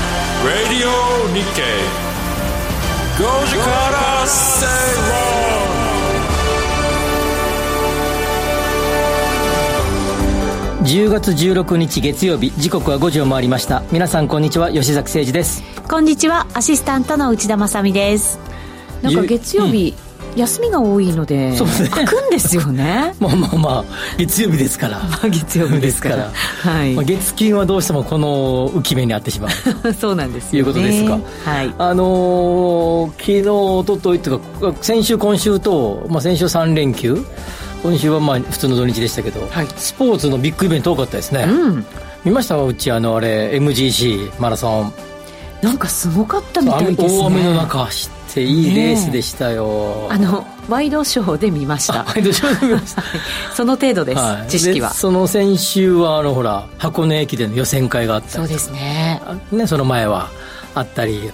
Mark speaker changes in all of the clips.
Speaker 1: Radio Nikkei 5時から正
Speaker 2: 10月16日月曜日時刻は5時を回りました皆さんこんにちは吉崎誠二です
Speaker 3: こんにちは、アシスタントの内田まさみです。なんか月曜日、休みが多いので、
Speaker 2: そうですね。
Speaker 3: 空くんですよね
Speaker 2: まあまあまあ月曜日ですから
Speaker 3: まあ月曜日ですから。
Speaker 2: ですから
Speaker 3: はい
Speaker 2: まあ、。月金はどうしてもこの浮き目にあってしまう
Speaker 3: そうなんです
Speaker 2: という
Speaker 3: よ、ね。
Speaker 2: ことですが、
Speaker 3: はい。
Speaker 2: あのー昨日おとといというか先週今週と、まあ、先週3連休今週はまあ普通の土日でしたけど、
Speaker 3: はい
Speaker 2: スポーツのビッグイベント多かったですね、
Speaker 3: うん。
Speaker 2: 見ましたうちあのあれ MGC マラソン
Speaker 3: なんかすごかったみた
Speaker 2: 雨
Speaker 3: いですね。
Speaker 2: 大雨の。中走っていいレースでしたよ、
Speaker 3: あの、ワイドショーで見ました。
Speaker 2: ワイドショーで見ました
Speaker 3: その程度です、
Speaker 2: はい
Speaker 3: 知識は
Speaker 2: で。その先週はあのほら箱根駅伝の予選会があった
Speaker 3: そう
Speaker 2: り
Speaker 3: ですね。
Speaker 2: ね、その前はあったり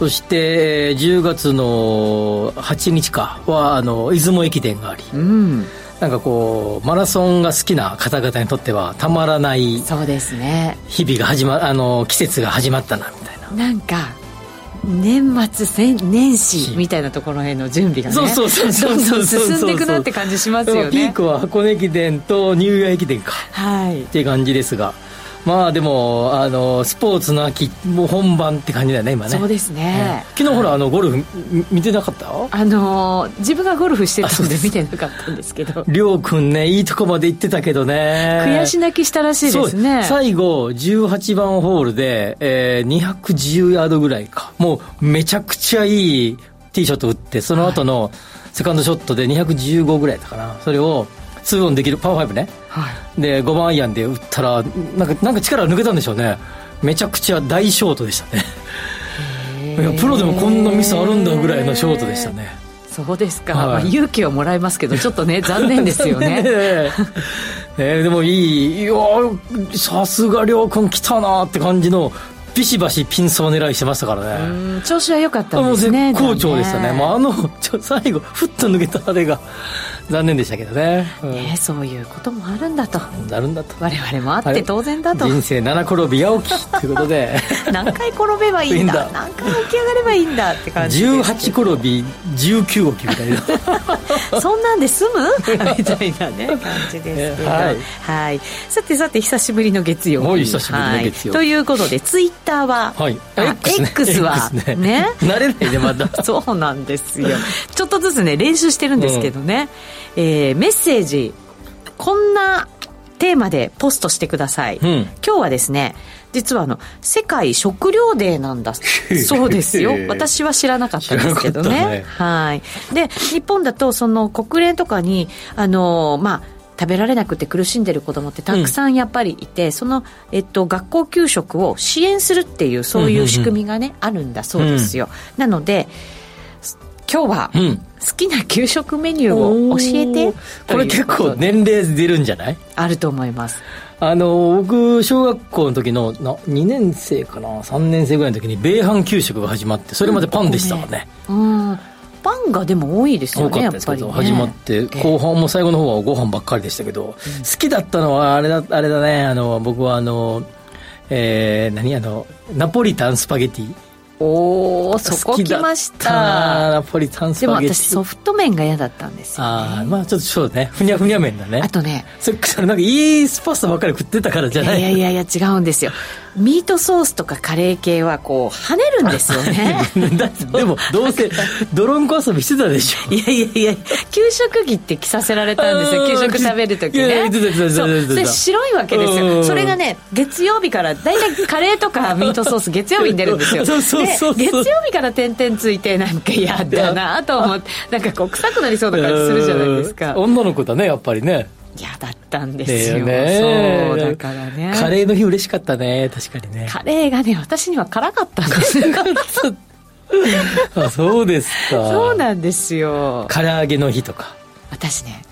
Speaker 2: そしてえー10月の8日かはあの出雲駅伝があり
Speaker 3: うん。
Speaker 2: なんかこうマラソンが好きな方々にとってはたまらない
Speaker 3: そうですね。
Speaker 2: 日々が始まあの季節が始まったなみたいな
Speaker 3: なんか、年末せん年始みたいなところへの準備がね
Speaker 2: そうそうそうそうそう
Speaker 3: どんどん進んでいくなって感じしますよね
Speaker 2: ピークは箱根駅伝とニューイヤー駅伝か
Speaker 3: はい
Speaker 2: っていう感じですがまあでもあのスポーツの秋もう本番って感じだよね今ね
Speaker 3: そうですね
Speaker 2: 昨日ほら、あのゴルフみ見てなかった
Speaker 3: あのー自分がゴルフしてたんで見てなかったんですけど
Speaker 2: りょうくんねいいとこまで行ってたけどね
Speaker 3: 悔し泣きしたらしいです
Speaker 2: そう
Speaker 3: ね
Speaker 2: 最後18番ホールで、えー210ヤードぐらいかもうめちゃくちゃいいティーショット打ってその後のセカンドショットで215ぐらいだったかなそれを2オンできるパー5ね
Speaker 3: はい
Speaker 2: で5番アイアンで打ったらなんかなんか力抜けたんでしょうねめちゃくちゃ大ショートでしたねいやプロでもこんなミスあるんだぐらいのショートでしたね
Speaker 3: そうですか、
Speaker 2: はい
Speaker 3: まあ、勇気はもらえますけどちょっと ね残念ですよ
Speaker 2: ね
Speaker 3: ね
Speaker 2: えでもいい、いやーさすが亮君来たなーって感じの、ビシバシピンソー狙いしてましたから
Speaker 3: う
Speaker 2: ね。
Speaker 3: ん調子は良かったん
Speaker 2: も
Speaker 3: で
Speaker 2: う
Speaker 3: す
Speaker 2: 絶
Speaker 3: ね
Speaker 2: 好調でしたね。
Speaker 3: だ
Speaker 2: もうあの、ちょ最後、ふっと抜けたあれが、残念でしたけどね。うん
Speaker 3: ねそういうこともあるんだと
Speaker 2: なるんだと。
Speaker 3: 我々もあって当然だと
Speaker 2: 人生七転び八起きということで、
Speaker 3: 何回転べばいいんだ
Speaker 2: いいんだ
Speaker 3: 何回起き上がればいいんだって感じで
Speaker 2: 18転び19起きみたいな。
Speaker 3: そんなんで済 むみたいなね感じですけど、
Speaker 2: は
Speaker 3: はいいさてさて久しぶりの月曜日
Speaker 2: はい久しぶりの月曜日
Speaker 3: はいということでツイッターは、
Speaker 2: はい。
Speaker 3: あ
Speaker 2: X ね
Speaker 3: X は
Speaker 2: X ね
Speaker 3: ね
Speaker 2: 慣れないね、ま だ。
Speaker 3: そうなんですよちょっとずつね練習してるんですけどね、えーメッセージこんなテーマでポストしてください、
Speaker 2: うん
Speaker 3: 今日はですね実はあの世界食糧デーなんだそうですよ私は知らなかったんですけど
Speaker 2: 知らなか
Speaker 3: ね
Speaker 2: ったね
Speaker 3: はいで日本だとその国連とかにあのまあ食べられなくて苦しんでる子どもってたくさんやっぱりいて、その、えっと、学校給食を支援するっていうそういう仕組みがね、あるんだそうですよ、なので今日は
Speaker 2: うん
Speaker 3: 好きな給食メニューを教えて
Speaker 2: これ結構年齢出るんじゃない
Speaker 3: あると思います
Speaker 2: あの僕小学校の時のな2年生かな3年生ぐらいの時に米飯給食が始まってそれまでパンでしたからね、
Speaker 3: うんパンがでも多いですよ
Speaker 2: 多か
Speaker 3: ね
Speaker 2: った
Speaker 3: やっ
Speaker 2: です
Speaker 3: ぱ
Speaker 2: け
Speaker 3: り、
Speaker 2: ど、
Speaker 3: ね、
Speaker 2: 始まって
Speaker 3: ええ
Speaker 2: 後半も最後の方はご飯ばっかりでしたけど、好きだったのはあれだあれだねあの僕はあのえー、何あのナポリタンスパゲティ
Speaker 3: おおそこ
Speaker 2: 好き
Speaker 3: 来
Speaker 2: だ
Speaker 3: ま
Speaker 2: っ
Speaker 3: した
Speaker 2: な
Speaker 3: た
Speaker 2: ナポリタンス
Speaker 3: でも
Speaker 2: パゲテ
Speaker 3: 私ソ
Speaker 2: ィ
Speaker 3: フト麺が嫌だったんですよ
Speaker 2: ああまあちょっとそうだねふにゃふにゃ麺だね
Speaker 3: あ とね
Speaker 2: それそれなんかいいパスタばっかり食ってたからじゃ
Speaker 3: い
Speaker 2: な
Speaker 3: や
Speaker 2: い
Speaker 3: いやいやいや違うんですよミートソースとかカレー系はこう跳ねるんですよ ね
Speaker 2: だ ってでもどうせ泥んこ遊びしてたでしょ
Speaker 3: いやいやいや給食着って着させられたんですよ
Speaker 2: うん
Speaker 3: 給食食べるとき
Speaker 2: いやいや
Speaker 3: ね
Speaker 2: 出てた出てた
Speaker 3: そう
Speaker 2: 出てた
Speaker 3: それ白いわけです
Speaker 2: うん
Speaker 3: よそれがね月曜日から大体カレーとかミートソース月曜日に出るんですよ
Speaker 2: そうそうそうそう
Speaker 3: で月曜日から点々ついてなんか嫌だなと思ってなんかこう臭くなりそうな感じするじゃないですか
Speaker 2: うん女の子だねやっぱりね
Speaker 3: 嫌だったんで
Speaker 2: だ
Speaker 3: すよ
Speaker 2: よね
Speaker 3: そうだからね
Speaker 2: カレーの日嬉しかったね確かにね
Speaker 3: カレーがね私には辛かったんで すよ
Speaker 2: あそうですか
Speaker 3: そうなんですよ
Speaker 2: 唐揚げの日とか
Speaker 3: 私ね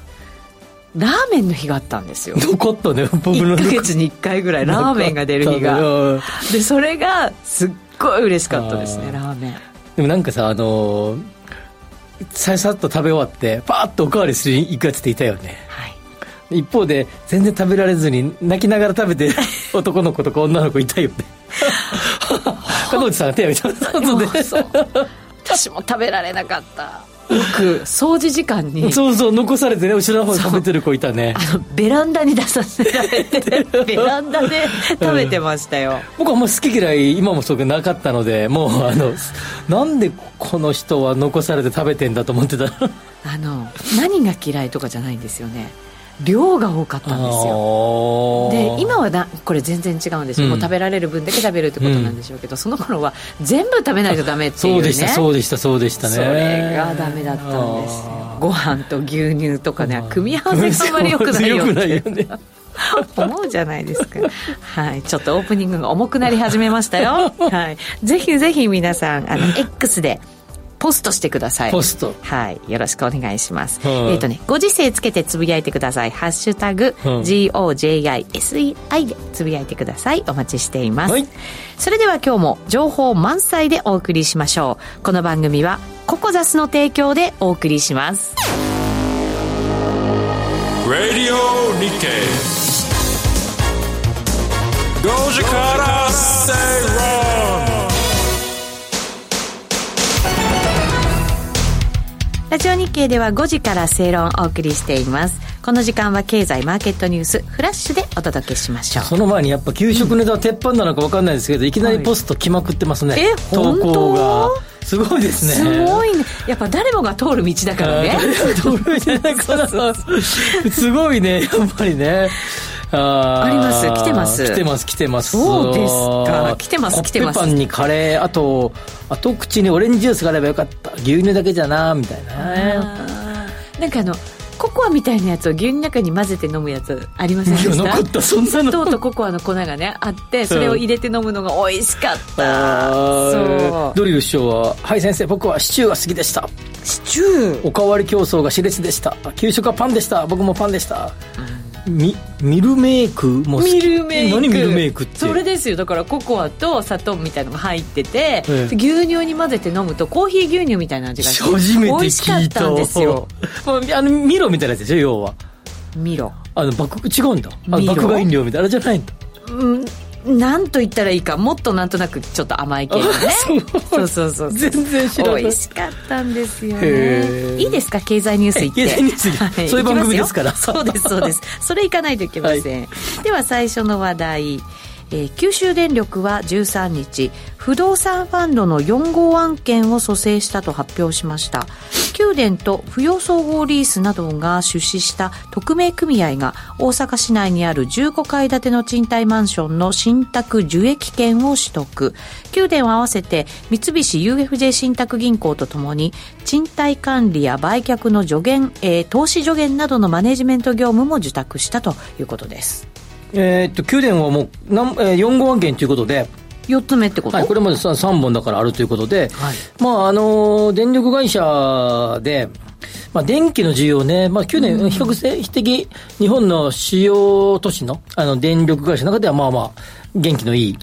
Speaker 3: ラーメンの日があったんですよ
Speaker 2: 残ったね僕の
Speaker 3: 1ヶ月に1回ぐらいラーメンが出る日が
Speaker 2: 残ったね
Speaker 3: でそれがすっごい嬉しかったです
Speaker 2: あ
Speaker 3: ね
Speaker 2: ー
Speaker 3: ラーメン
Speaker 2: でもなんかさあのーささっと食べ終わってパーッとおかわりする行くやつっていたよね
Speaker 3: はい
Speaker 2: 一方で全然食べられずに泣きながら食べ てる男の子とか女の子いたよね角内さんが手を挙げたことで
Speaker 3: そう私も食べられなかったよく掃除時間に
Speaker 2: そうそう残されてね後ろの方に食べてる子いたね
Speaker 3: あのベランダに出させら れてベランダで食べてましたよ、
Speaker 2: 僕はもう好き嫌い今もそうなかったのでもうあのなんでこの人は残されて食べてんだと思ってたんです
Speaker 3: あの何が嫌いとかじゃないんですよね量が多かったんですよで今はなこれ全然違うんですよ、
Speaker 2: うん
Speaker 3: もう食べられる分だけ食べるってことなんでしょうけど、その頃は全部食べないとダメっていう
Speaker 2: そ
Speaker 3: ね
Speaker 2: うでしたそうでしたそうでしたね
Speaker 3: それがダメだったんですよご飯と牛乳とかね組み合わせがあんまり良くないよっ
Speaker 2: 良く
Speaker 3: て
Speaker 2: ないよね
Speaker 3: 思うじゃないですか。はい。ちょっとオープニングが重くなり始めましたよ。はい。ぜひぜひ皆さん、あの、X で、ポストしてください。
Speaker 2: ポスト
Speaker 3: はい。よろしくお願いします。
Speaker 2: はい
Speaker 3: えっ、とね、ご時世つけてつぶやいてください。ハッシュタグ、
Speaker 2: うん
Speaker 3: GOJISEI でつぶやいてください。お待ちしています。
Speaker 2: はい
Speaker 3: それでは今日も情報満載でお送りしましょう。この番組は、ココザスの提供でお送りします。
Speaker 1: Radio Nikkei. Goji Kara Seiron.
Speaker 3: ラジオ日経では5時から正論をお送りしています。この時間は経済マーケットニュースフラッシュでお届けしましょう。
Speaker 2: その前にやっぱ給食ネタは鉄板なのか分かんないですけどいきなりポスト来まくってますね、
Speaker 3: はいえ
Speaker 2: 投稿が
Speaker 3: 本
Speaker 2: すごいですね
Speaker 3: すごいね。やっぱ誰もが通る道 だからね。
Speaker 2: 投票じゃないかなすごいねやっぱりねあー
Speaker 3: あります来てます
Speaker 2: 来てます来てます
Speaker 3: そうですか来てます
Speaker 2: コッペ
Speaker 3: 来てます
Speaker 2: パンにカレーあと後口にオレンジジュースがあればよかった牛乳だけじゃなみたいな
Speaker 3: なんかあの、ココアみたいなやつを牛乳の中に混ぜて飲むやつありませんで
Speaker 2: い
Speaker 3: し
Speaker 2: やな
Speaker 3: た
Speaker 2: かったそんなの
Speaker 3: 砂糖とココアの粉がね、あって、それを入れて飲むのが美味しかった。
Speaker 2: あー
Speaker 3: そう
Speaker 2: ドリル首相は「はい先生僕はシチューが好きでした」
Speaker 3: シチュー。
Speaker 2: おかわり競争が熾烈でした給食はパンでした僕もパンでした、みミルメイクも好き
Speaker 3: ミルメイク
Speaker 2: 何ミルメイクって
Speaker 3: それですよだからココアと砂糖みたいのが入ってて、
Speaker 2: ええ
Speaker 3: 牛乳に混ぜて飲むとコーヒー牛乳みたいな味がして
Speaker 2: 初めて
Speaker 3: 美味しか
Speaker 2: 聞
Speaker 3: っ
Speaker 2: いた
Speaker 3: たんです よ
Speaker 2: もうあのミロみたいなやつでしょ要は
Speaker 3: ミロ
Speaker 2: あの爆違うんだあ
Speaker 3: ミロ
Speaker 2: 爆買飲料みたいなあれじゃないんだ
Speaker 3: うんなんと言ったらいいかもっとなんとなくちょっと甘い系のね そうそうそうそう
Speaker 2: 全然知らない
Speaker 3: 美味しかったんですよ
Speaker 2: へ
Speaker 3: ね
Speaker 2: ー
Speaker 3: いいですか経済ニュース行って
Speaker 2: 経済ニュース行けそういう番組ですから
Speaker 3: 行きますよそうですそうですそれ行かないといけません、では最初の話題えー九州電力は13日不動産ファンドの4号案件を蘇生したと発表しました九電と扶養総合リースなどが出資した特命組合が大阪市内にある15階建ての賃貸マンションの信託受益権を取得九電は合わせて三菱 UFJ 信託銀行とともに賃貸管理や売却の助言、えー投資助言などのマネジメント業務も受託したということです
Speaker 2: えーっと宮殿はもうなん、えー、4号案件ということで
Speaker 3: 4つ目ってこと、
Speaker 2: はい、これまで 3, 本だからあるということで、
Speaker 3: はい
Speaker 2: まああのー電力会社で、まあ、電気の需要ね、まあ、去年、比較的日本の主要都市のあの電力会社の中ではまあまあ元気のいい。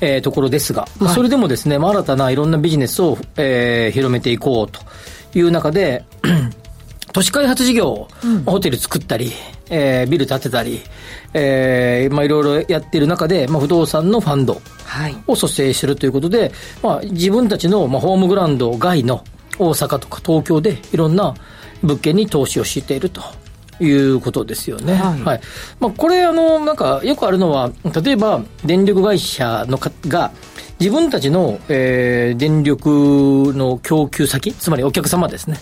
Speaker 2: えーところですが、まあ、
Speaker 3: はい
Speaker 2: それでもですね、まあ、新たないろんなビジネスを、えー広めていこうという中で、 都市開発事業、ホテル作ったり、えービル建てたり、えーまあ、いろいろやってる中で、まあ、不動産のファンド、
Speaker 3: はい
Speaker 2: を蘇生してるということで、まあ、自分たちの、まあ、ホームグラウンド外の大阪とか東京でいろんな物件に投資をしていると。いうことですよね。は。
Speaker 3: はいい
Speaker 2: まあ、これ、あの、なんか、よくあるのは、例えば、電力会社のか、が、自分たちの、えー電力の供給先、つまりお客様ですね、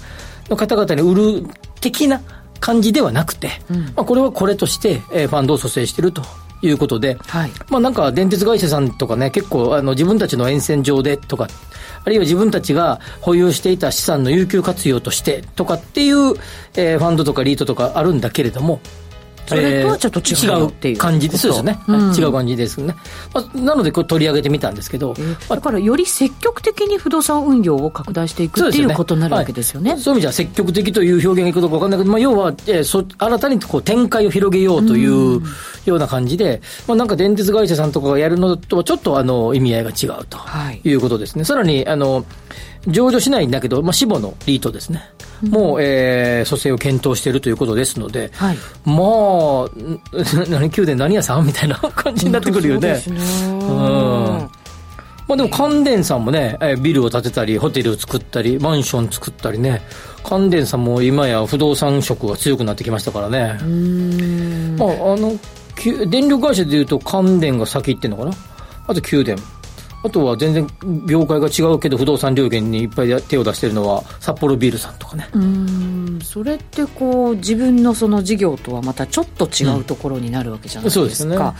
Speaker 2: の方々に売る的な感じではなくて、まあ、これはこれとして、えーファンドを蘇生しているということで、
Speaker 3: はい
Speaker 2: まあなんか電鉄会社さんとかね、結構あの自分たちの沿線上でとか、あるいは自分たちが保有していた資産の有給活用としてとかっていう、えーファンドとかリートとかあるんだけれども、
Speaker 3: それとはちょっと違う
Speaker 2: えー
Speaker 3: よっていう
Speaker 2: 感じですそうですね、
Speaker 3: うん
Speaker 2: 違う感じですね。まあ、なのでこれ取り上げてみたんですけど、まあ
Speaker 3: だからより積極的に不動産運用を拡大していく
Speaker 2: そ
Speaker 3: っ
Speaker 2: です
Speaker 3: てい
Speaker 2: よ
Speaker 3: う
Speaker 2: ね
Speaker 3: ことになるわけですよね。
Speaker 2: はいそういう意味じゃ積極的という表現がいくのか分かんないけど、まあ、要は、えーそ新たにこう展開を広げようというような感じで、まあ、なんか電鉄会社さんとかがやるのとはちょっとあの意味合いが違うと
Speaker 3: はい
Speaker 2: いうことですね。さらにあの上場しないんだけど、まあ、死母のリートですね、もう、えー、蘇生を検討しているということですので、
Speaker 3: はい
Speaker 2: もう、ん 何宮殿何屋さんみたいな感じになってくるよね。
Speaker 3: そうで
Speaker 2: うんまあでも関電さんもね、えービルを建てたり、ホテルを作ったり、マンション作ったりね、関電さんも今や不動産色が強くなってきましたからね。まあ、あの、きゅ電力会社でいうと関電が先行ってんのかなあと給電。あとは全然業界が違うけど不動産領域にいっぱい手を出してるのは札幌ビールさんとかね。
Speaker 3: うんそれってこう自分のその事業とはまたちょっと違うところになるわけじゃない
Speaker 2: そう
Speaker 3: で
Speaker 2: です
Speaker 3: す
Speaker 2: ね
Speaker 3: か。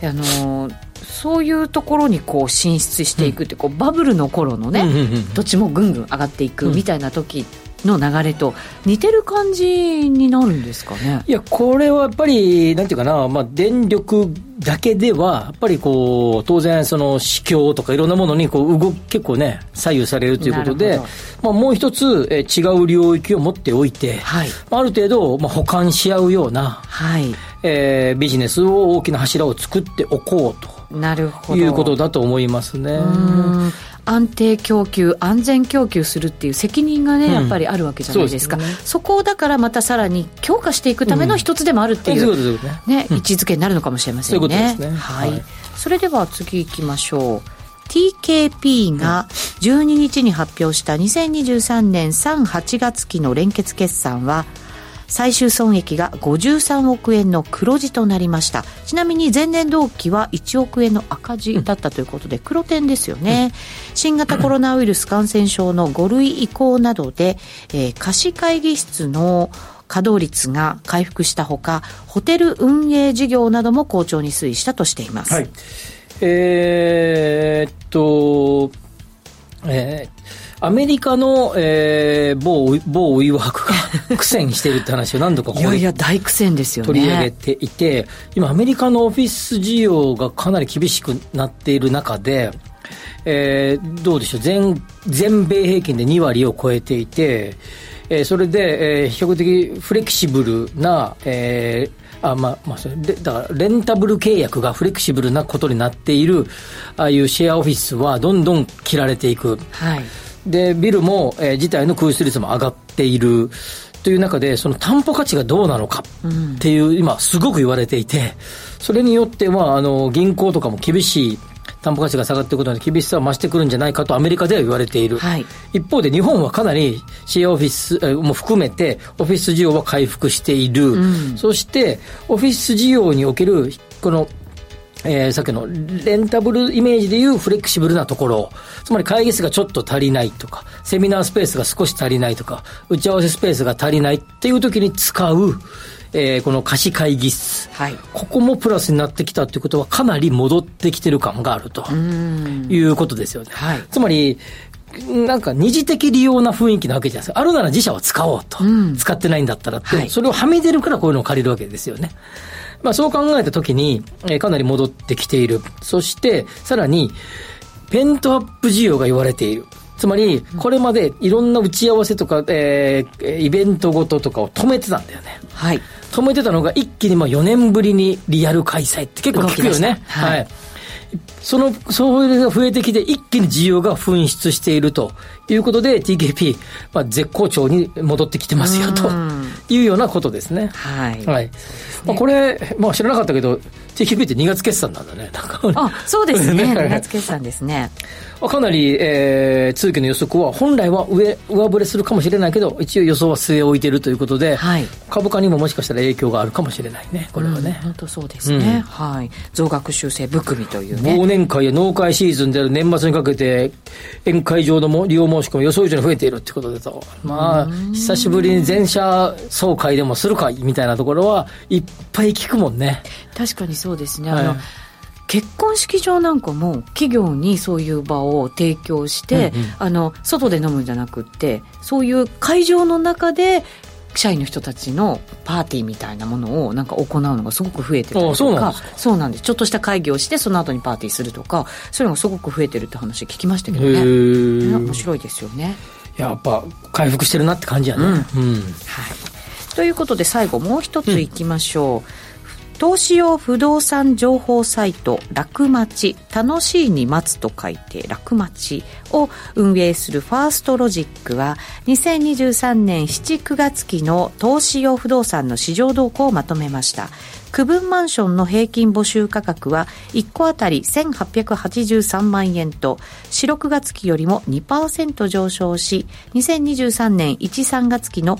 Speaker 3: あのそういうところにこう進出していくって、こうバブルの頃のね、
Speaker 2: うんうんうん
Speaker 3: 土地もぐんぐん上がっていくみたいな時の流れと似てる感じになるんですかね。
Speaker 2: いや、これはやっぱり、なんていうかな、まあ、電力だけでは、やっぱりこう、当然、その、市況とかいろんなものに、こう、動き、結構ね、左右されるということ
Speaker 3: な
Speaker 2: で
Speaker 3: るほ、
Speaker 2: まあ、もう一つ、えー違う領域を持っておいて、
Speaker 3: はい
Speaker 2: まあある程度、まあ、補完し合うような、
Speaker 3: はい、
Speaker 2: えービジネスを大きな柱を作っておこう
Speaker 3: なるほ
Speaker 2: と
Speaker 3: ど
Speaker 2: いうことだと思いますね。
Speaker 3: うん安定供給、安全供給するっていう責任がね、やっぱりあるわけじゃないですか、
Speaker 2: そ
Speaker 3: そう
Speaker 2: です
Speaker 3: こをだからまたさらに強化していくための一つでもあるっ
Speaker 2: そう
Speaker 3: てい、
Speaker 2: いううことですね。
Speaker 3: ね、位置づけになるのかもしれませんね。
Speaker 2: そういうことですね
Speaker 3: はい。
Speaker 2: はい
Speaker 3: それでは次行きましょう。TKP が12日に発表した2023年3、8月期の連結決算は、最終損益が53億円の黒字となりました。ちなみに前年同期は1億円の赤字だったということで、黒点ですよね。新型コロナウイルス感染症の5類移行などで、えー貸し会議室の稼働率が回復したほか、ホテル運営事業なども好調に推移したとしています。
Speaker 2: はい。えーっと、えーアメリカの、えー、某、某ウィーワークが苦戦してるって話を何度かこ
Speaker 3: い
Speaker 2: こ
Speaker 3: やい
Speaker 2: で
Speaker 3: や、大苦戦ですよね。
Speaker 2: 取り上げていて、今アメリカのオフィス需要がかなり厳しくなっている中で、えーどうでしょう全、全米平均で2割を超えていて、えーそれで、えー比較的フレキシブルな、えーあまあまあ、それでだからレンタブル契約がフレキシブルなことになっている、ああいうシェアオフィスはどんどん切られていく、
Speaker 3: はい。
Speaker 2: でビルも、えー自体の空室率も上がっているという中で、その担保価値がどうなのかっていう、今、すごく言われていて、それによって、まあ、あの銀行とかも厳しい。担保価値が下がっていくことで厳しさは増してくるんじゃないかとアメリカでは言われている、
Speaker 3: はい
Speaker 2: 一方で日本はかなりシェアオフィスえーも含めてオフィス需要は回復している、そしてオフィス需要におけるこのえーさっきのレンタブルイメージでいうフレキシブルなところ、つまり会議室がちょっと足りないとか、セミナースペースが少し足りないとか、打ち合わせスペースが足りないっていう時に使う、えーこの貸し会議室。
Speaker 3: はい。
Speaker 2: ここもプラスになってきたということは、かなり戻ってきてる感があるということですよね。
Speaker 3: はい
Speaker 2: つまり、なんか二次的利用な雰囲気なわけじゃないですか。あるなら自社は使おうと。使ってないんだったらって、
Speaker 3: はい
Speaker 2: それをはみ出るからこういうのを借りるわけですよね。まあそう考えたときに、えーかなり戻ってきている。そして、さらに、ペントアップ需要が言われている。つまり、これまでいろんな打ち合わせとか、えーえーイベントごととかを止めてたんだよね。
Speaker 3: はい。
Speaker 2: 止めてたのが一気にまあ4年ぶりにリアル開催って結構聞く
Speaker 3: 動
Speaker 2: よ
Speaker 3: き出
Speaker 2: ね
Speaker 3: し。た
Speaker 2: は
Speaker 3: はい
Speaker 2: い。その、そういうのが増えてきて、一気に需要が噴出しているということで、TKP、まあ、絶好調に戻ってきてますよ、というようなことですね。
Speaker 3: はい。
Speaker 2: はい。まあ、これ、まあ、知らなかったけど、TKP って2月決算なんだね。なんか
Speaker 3: あ、そうで すね。
Speaker 2: はい
Speaker 3: 2月決算ですね。
Speaker 2: かなり、えー、通期の予測は、本来は上、上振れするかもしれないけど、一応予想は据え置いてるということで、
Speaker 3: はい
Speaker 2: 株価にももしかしたら影響があるかもしれないね、これはね。
Speaker 3: 本当そうですね。はい。増額修正含みというね。
Speaker 2: 忘年会や納会シーズンである年末にかけて、宴会場のも利用申し込み予想以上に増えているってことでと、まあ、久しぶりに全社総会でもするかいみたいなところはいっぱい聞くもんね。
Speaker 3: 確かにそうですね、
Speaker 2: はい
Speaker 3: あの結婚式場なんかも企業にそういう場を提供して、あの外で飲むんじゃなくってそういう会場の中で社員の人たちのパーティーみたいなものをなんか行うのがすごく増えてたりと
Speaker 2: あ
Speaker 3: か
Speaker 2: そうなんです
Speaker 3: そうなんですちょっとした会議をしてその後にパーティーするとかそういうのがすごく増えてるって話聞きましたけど
Speaker 2: へ
Speaker 3: ね
Speaker 2: ー
Speaker 3: ね面白いですよね。
Speaker 2: やっぱ回復してるなって感じやね。うん。
Speaker 3: はい、ということで最後もう一ついきましょう、投資用不動産情報サイト楽町楽しいに待つと書いて楽町を運営するファーストロジックは2023年79月期の投資用不動産の市場動向をまとめました区分マンションの平均募集価格は1個当たり1883万円と4、6月期よりも2%上昇し2023年1、3月期の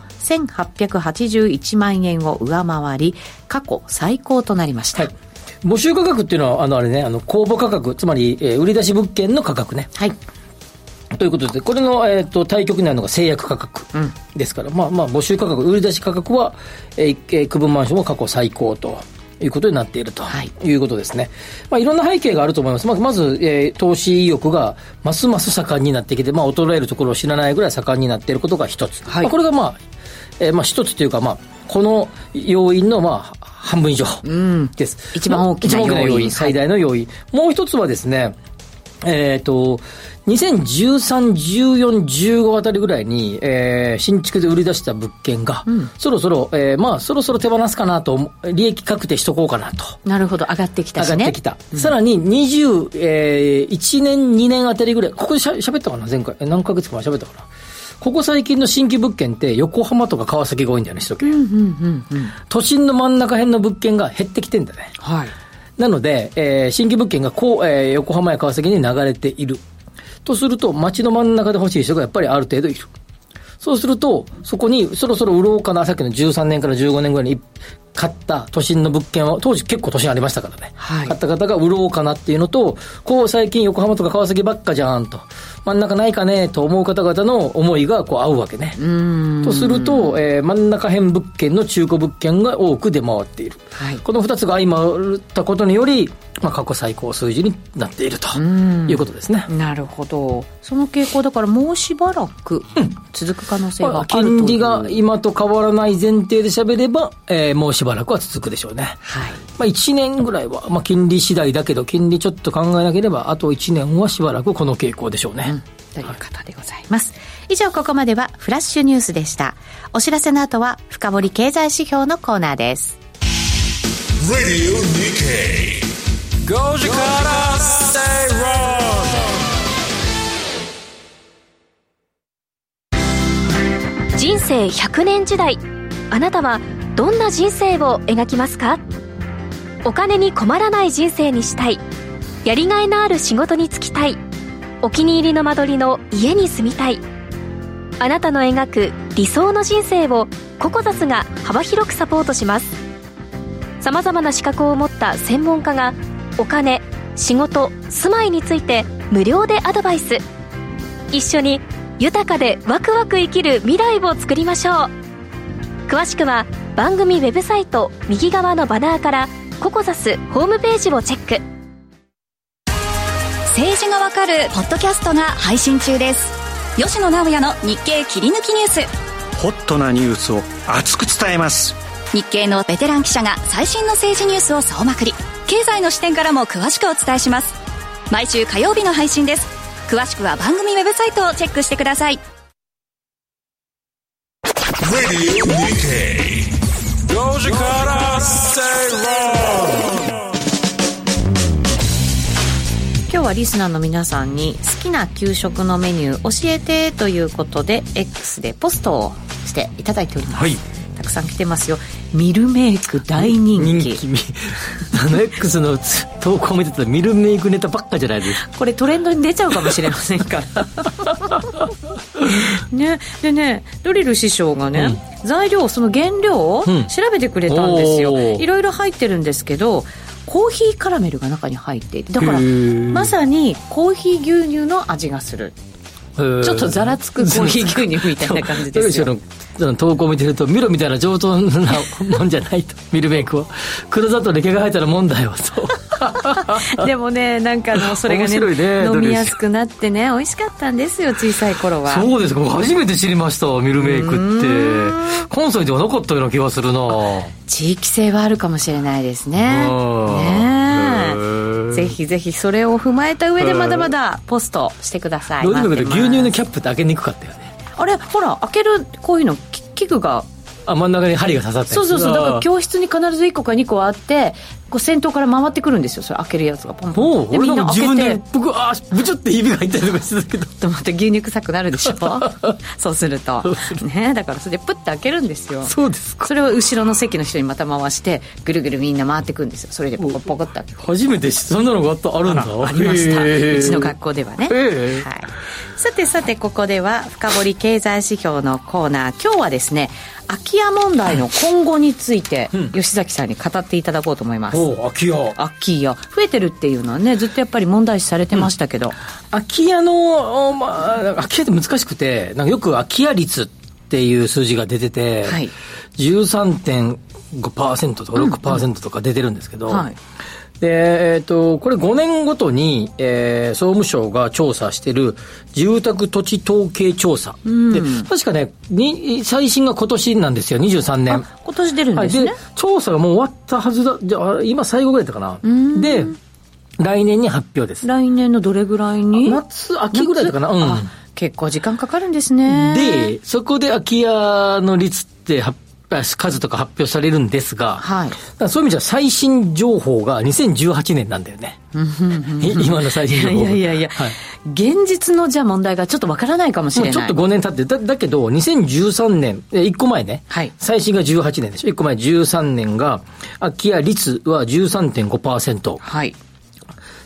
Speaker 3: 1881万円を上回り過去最高となりました。
Speaker 2: はい募集価格っていうのは、あの、あれね、あの、公募価格、つまり、えー売り出し物件の価格ね。
Speaker 3: はい
Speaker 2: ということで、これの、えっ、と、対局になるのが制約価格
Speaker 3: ん
Speaker 2: ですから、まあまあ、募集価格、売り出し価格は、えーえー区分マンションも過去最高と。いうことになっていると、
Speaker 3: はい
Speaker 2: い、うことですね。まあ、いろんな背景があると思います。まあまず、えー投資意欲がますます盛んになってきて、まあ、衰えるところを知らないぐらい盛んになっていることが一つ。
Speaker 3: はい
Speaker 2: まあこれがまあ、えーまあ一つというか、まあ、この要因のまあ、半分以上です。
Speaker 3: 一番大きな
Speaker 2: 一番
Speaker 3: 要因はい
Speaker 2: 最大の要因。もう一つはですね、えっ、と、2013、14、15あたりぐらいに、えー新築で売り出した物件が、そろそろ、えーまあ、そろそろ手放すかなと思、利益確定しとこうかなと。
Speaker 3: なるほど、上がってきたし
Speaker 2: 上
Speaker 3: ね。
Speaker 2: がってきた。さらに20、えー1年、2年あたりぐらい、ここでしゃ喋ったかな前回。え何ヶ月か前喋ったかなここ最近の新規物件って横浜とか川崎が多いんだよね、首都圏。都心の真ん中辺の物件が減ってきてんだね。
Speaker 3: はい。
Speaker 2: なので、えー新規物件がこう、えー横浜や川崎に流れている。とすると、街の真ん中で欲しい人がやっぱりある程度いる。そうすると、そこにそろそろ売ろうかな、さっきの13年から15年ぐらいに買った都心の物件は、当時結構都心ありましたからね。
Speaker 3: はい
Speaker 2: 買った方が売ろうかなっていうのと、こう最近横浜とか川崎ばっかじゃんと、真ん中ないかねと思う方々の思いがこう合うわけね。とすると、えー真ん中辺物件の中古物件が多く出回っている。
Speaker 3: はい
Speaker 2: この2つが相まったことにより、まあ、過去最高数字になっているということですね。
Speaker 3: なるほど。その傾向だからもうしばらく続く可能性があ
Speaker 2: まあ
Speaker 3: るという。
Speaker 2: 金利が
Speaker 3: はい。
Speaker 2: 今と変わらない前提で喋れば、えーもうしばらくは続くでしょうね。まあ、1年ぐらいは、まあ、金利次第だけど、金利ちょっと考えなければ、あと1年はしばらくこの傾向でしょうね。
Speaker 3: ということでございます。以上ここまではフラッシュニュースでした。お知らせの後は深掘り経済指標のコーナーです。
Speaker 1: Radio Nikkei. Gojikara Seirong.
Speaker 4: 人生100年時代あなたはどんな人生を描きますかお金に困らない人生にしたいやりがいのある仕事に就きたいお気に入りの間取りの家に住みたいあなたの描く理想の人生をココザスが幅広くサポートしますさまざまな資格を持った専門家がお金仕事住まいについて無料でアドバイス一緒に豊かでワクワク生きる未来を作りましょう詳しくは番組ウェブサイト右側のバナーからココザスホームページをチェック
Speaker 5: 政治がわかるポッドキャストが配信中です吉野直也の日経切り抜きニュース
Speaker 6: ホットなニュースを熱く伝えます
Speaker 5: 日経のベテラン記者が最新の政治ニュースを総まくり経済の視点からも詳しくお伝えします毎週火曜日の配信です詳しくは番組ウェブサイトをチェックしてください
Speaker 1: Radio Nikkei. Gojikara Seirong.
Speaker 3: 今日はリスナーの皆さんに好きな給食のメニュー教えてということで X でポストをしていただいております。
Speaker 2: はい
Speaker 3: たくさん来てますよ。ミルメイク大人気。
Speaker 2: 人気み あの X のつ投稿見てたらミルメイクネタばっかじゃないですか
Speaker 3: これトレンドに出ちゃうかもしれませんから ねでねドリル師匠がね、材料その原料を
Speaker 2: うん
Speaker 3: 調べてくれたんですよ、
Speaker 2: おー
Speaker 3: いろいろ入ってるんですけどコーヒーカラメルが中に入っていてだから
Speaker 2: へー
Speaker 3: まさにコーヒー牛乳の味がする
Speaker 2: ちょ
Speaker 3: ちょっとざらつくコーヒー牛乳みたいな感じですよ
Speaker 2: どうしの投稿見てると見ろみたいな上等なもんじゃないとミルメイクを黒砂糖で毛が生えたらもんだよと
Speaker 3: でもねなんかもうそれがね
Speaker 2: 面白いね
Speaker 3: 飲みやすくなってね美味しかったんですよ小さい頃は
Speaker 2: そうですか僕初めて知りましたミルメイクって関西ではなかったような気がするな
Speaker 3: 地域性はあるかもしれないですね。
Speaker 2: うん
Speaker 3: ね
Speaker 2: へ
Speaker 3: え
Speaker 2: ー
Speaker 3: ぜひぜひそれを踏まえた上でまだまだポストしてください。
Speaker 2: どうにかく
Speaker 3: 待ってます
Speaker 2: 牛乳のキャップって開けにくかったよね
Speaker 3: あれほら開けるこういうのき器具が
Speaker 2: あ真ん中に針が刺さって
Speaker 3: そうそうそうだから教室に必ず1個か2個あってこう先頭から回ってくるんですよそれ開けるやつがポンポ
Speaker 2: も
Speaker 3: ン
Speaker 2: う
Speaker 3: で
Speaker 2: 俺
Speaker 3: みん
Speaker 2: なんか
Speaker 3: な開
Speaker 2: 自分
Speaker 3: けて
Speaker 2: でブクあーブチュって指が入ったりとかしてたけど
Speaker 3: ちょっと待って牛乳臭くなるでしょそうする とねだからそれでプッて開けるんですよ
Speaker 2: そうですか
Speaker 3: それを後ろの席の人にまた回してぐるぐるみんな回ってくんですよそれでポコポコって開ける
Speaker 2: 初めて知そんなのがあったあるんだ
Speaker 3: ありました、
Speaker 2: へー
Speaker 3: うちの学校では
Speaker 2: へ
Speaker 3: ね、
Speaker 2: え
Speaker 3: はい、さてさてここでは深掘り経済指標のコーナー今日はですね空き家問題の今後について吉崎さんに語っていただこうと思います、
Speaker 2: おう空き家
Speaker 3: 空き家増えてるっていうのはねずっとやっぱり問題視されてましたけど、
Speaker 2: 空き家の、おまあ、なんか空き家って難しくて、なんかよく空き家率っていう数字が出てて、
Speaker 3: はい
Speaker 2: 13.5%とか6%とか出てるんですけど、
Speaker 3: はい
Speaker 2: で、えっ、と、これ5年ごとに、えー総務省が調査してる住宅土地統計調査。で、確かね、に、最新が今年なんですよ、23年。
Speaker 3: あ今年出るん
Speaker 2: はい
Speaker 3: ですね、
Speaker 2: 調査がもう終わったはずだ。じゃあ、今最後ぐらいだったかな。で、来年に発表です。
Speaker 3: 来年のどれぐらいに
Speaker 2: 夏、秋ぐらいだかな。
Speaker 3: 夏
Speaker 2: うん
Speaker 3: あ。結構時間かかるんですね
Speaker 2: で、そこで空き家の率って発あ数とか発表されるんですが、
Speaker 3: はい
Speaker 2: だからそういう意味じゃ最新情報が2018年なんだよね。い 今の最
Speaker 3: い
Speaker 2: 新情報。
Speaker 3: やいやいやいや、
Speaker 2: はい
Speaker 3: 現実のじゃあ問題がちょっとわからないかもし
Speaker 2: も
Speaker 3: れな
Speaker 2: う
Speaker 3: い
Speaker 2: ちょっと5年経って、だだけど、2013年、え1個前ね、
Speaker 3: はい
Speaker 2: 最新が18年でしょ、1個前13年が、空き家率は13.5%、
Speaker 3: はい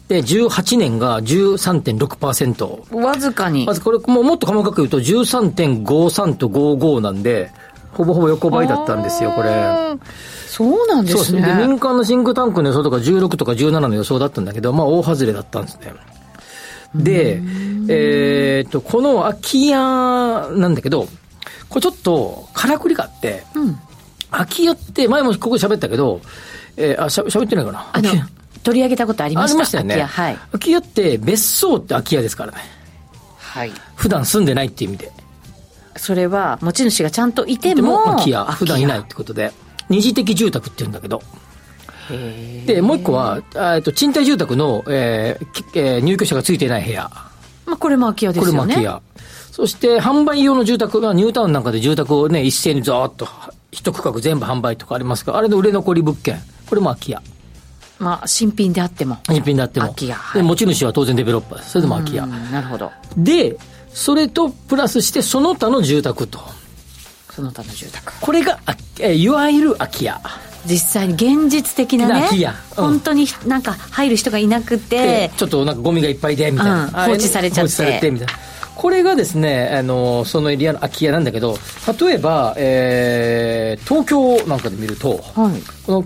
Speaker 2: で、18年が13.6%、
Speaker 3: わずかに
Speaker 2: まずこれ、もうもっと細かく言うと、13.53と55なんで、ほぼほぼ横ばいだったんですよ、これ。
Speaker 3: あーそうなんで
Speaker 2: そうですすね。
Speaker 3: ね
Speaker 2: で民間のシンクタンクの予想とか16とか17の予想だったんだけど、まあ大外れだったんですね。で、えーっと、この空き家なんだけど、これちょっとからくりがあって、空き家って前もここで喋ったけど、えーあ、しゃ喋ってないかな。
Speaker 3: あ
Speaker 2: 空
Speaker 3: の
Speaker 2: き家
Speaker 3: 取り上げたことありま
Speaker 2: あ
Speaker 3: した
Speaker 2: りましたよね。
Speaker 3: 空き家はい、
Speaker 2: 空き家って別荘って空き家ですからね。
Speaker 3: はい、
Speaker 2: 普段住んでないっていう意味で。
Speaker 3: それは持ち主がちゃんといて
Speaker 2: で
Speaker 3: も
Speaker 2: も空き家
Speaker 3: 空き
Speaker 2: 普段いないってことで二次的住宅って言うんだけどでもう一個はあえっと賃貸住宅の、えーきえー入居者がついていない部屋
Speaker 3: まあ、これも空き家で
Speaker 2: こ
Speaker 3: す
Speaker 2: れ
Speaker 3: よね
Speaker 2: も空き家そして販売用の住宅はニュータウンなんかで住宅をね一斉にざーっと一区画全部販売とかありますがあれの売れ残り物件これも空き家
Speaker 3: まあ、新品であっても
Speaker 2: 新品であっても
Speaker 3: 空き家はい
Speaker 2: で持ち主は当然デベロッパーですそれでも空き家
Speaker 3: うんなるほど
Speaker 2: でそれとプラスしてその他の住宅と
Speaker 3: その他の住宅
Speaker 2: これがあ、えーいわゆる空き家
Speaker 3: 実際に現実的なね
Speaker 2: 空き家うん
Speaker 3: 本当になんか入る人がいなくて
Speaker 2: でちょっとなんかゴミがいっぱいでみたいな、
Speaker 3: うん放置されちゃ
Speaker 2: 放
Speaker 3: って
Speaker 2: 置されてみたいなこれがですねあのそのエリアの空き家なんだけど例えば、えー東京なんかで見ると、
Speaker 3: はい
Speaker 2: この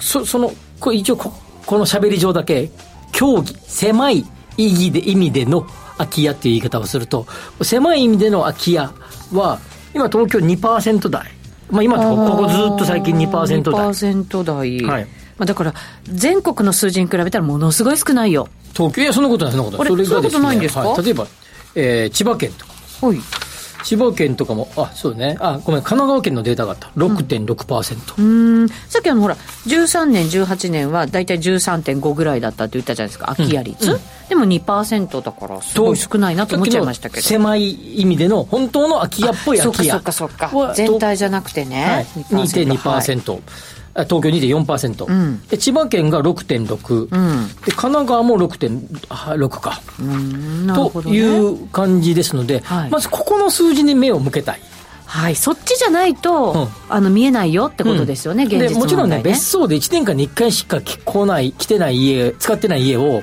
Speaker 2: そそのこれ一応ここの喋り上だけ競技狭い意義で意味での空き家っていう言い方をすると狭い意味での空き家は今東京2%台、まあ、今こここずっと最近2%台
Speaker 3: 2%台、
Speaker 2: はい
Speaker 3: まあ、だから全国の数字に比べたらものすごい少ないよ
Speaker 2: 東京いやそんなことないそんなことない
Speaker 3: あれそんなことないんですか
Speaker 2: はい例えば、えー千葉県とか
Speaker 3: はい
Speaker 2: 千葉県とかもあそうねあごめん神奈川県のデータがあった6.6%、
Speaker 3: うんさっきあのほら13年18年は大体13.5ぐらいだったって言ったじゃないですか空き家率、でも2%だからすごい少ないなと思っちゃいました
Speaker 2: さ
Speaker 3: け
Speaker 2: っき
Speaker 3: ど
Speaker 2: の狭い意味での本当の空き家っぽい
Speaker 3: そ
Speaker 2: 空
Speaker 3: っか
Speaker 2: き家
Speaker 3: そっかそっ
Speaker 2: は
Speaker 3: か
Speaker 2: と
Speaker 3: 全体じゃなくてね、
Speaker 2: はい、
Speaker 3: はい
Speaker 2: 2.2%、あ東京2.4%、
Speaker 3: ん
Speaker 2: で千葉県が6.6、
Speaker 3: ん
Speaker 2: で神奈川も6.6か、
Speaker 3: うんなるほ
Speaker 2: と
Speaker 3: どね
Speaker 2: いう感じですので、
Speaker 3: はい
Speaker 2: まずここの数字に目を向けたい
Speaker 3: はい、そっちじゃないと、
Speaker 2: うん
Speaker 3: あの見えないよってことですよね、現実問題、ね、
Speaker 2: でもちろんね別荘で1年間に1回しか来来ない来てない家使ってない家を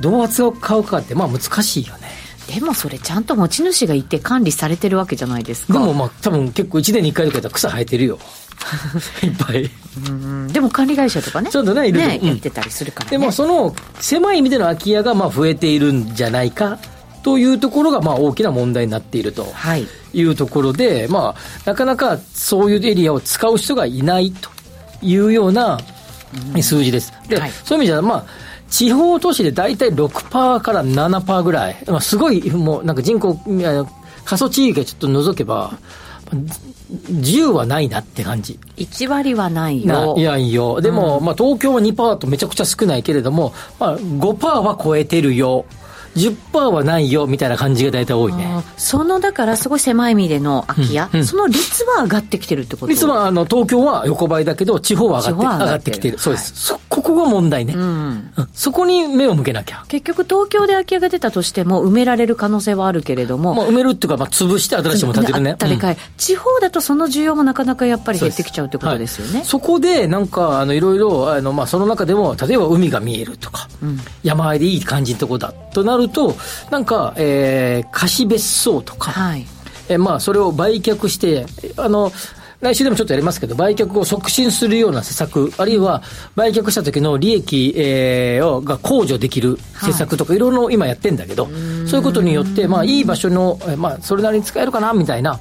Speaker 2: どう扱うかってまあ難しいよね
Speaker 3: でもそれちゃんと持ち主がいて管理されてるわけじゃないですか
Speaker 2: でもまあ多分結構1年に1回とかやったら草生えてる よいっぱい
Speaker 3: うんでも管理会社とかね
Speaker 2: ちょっとねいるけどうん
Speaker 3: やってたりするから
Speaker 2: で
Speaker 3: ね
Speaker 2: もその狭い意味での空き家がまあ増えているんじゃないかというところがまあ大きな問題になっていると
Speaker 3: はい
Speaker 2: いうところで、まあ、なかなかそういうエリアを使う人がいないというような数字です。で、
Speaker 3: はい
Speaker 2: そういう意味じゃ、まあ、地方都市で大体6%から7%ぐらい、まあ、すごい、もうなんか人口、あの過疎地域がちょっと除けば、10はないなって感じ。
Speaker 3: 1割はないよ
Speaker 2: ないやいよ。でも、まあ東京は2%とめちゃくちゃ少ないけれども、まあ5%は超えてるよ。 10%はないよみたいな感じが大体多いね
Speaker 3: あーそのだからすごい狭い意味での空き家、
Speaker 2: うんうん
Speaker 3: その率は上がってきてるってこと
Speaker 2: いつもあの東京は横ばいだけど地方は上がって
Speaker 3: 地方は
Speaker 2: 上
Speaker 3: 上
Speaker 2: が
Speaker 3: が
Speaker 2: っ
Speaker 3: ってて
Speaker 2: き
Speaker 3: る
Speaker 2: てるそうですそここが問題ね、
Speaker 3: うん、
Speaker 2: うんそこに目を向けなきゃ
Speaker 3: 結局東京で空き家が出たとしても埋められる可能性はあるけれども、
Speaker 2: まあ埋めるっていうか、まあ、潰して新しいもの建てるね
Speaker 3: あったりかい、地方だとその需要もなかなかやっぱり減ってきちゃうってことですよね。
Speaker 2: はいそこでなんかあのいろいろあの、まあ、その中でも例えば海が見えるとか、山あいでいい感じのとこだとなるとなんか、えー貸別荘とか、
Speaker 3: はい
Speaker 2: えーまあ、それを売却してあの来週でもちょっとやりますけど、売却を促進するような施策、あるいは売却した時の利益、えーをが控除できる施策とか、いろいろ今やってんだけど、そういうことによって、まあ、いい場所の、えーまあ、それなりに使えるかな、みたいな、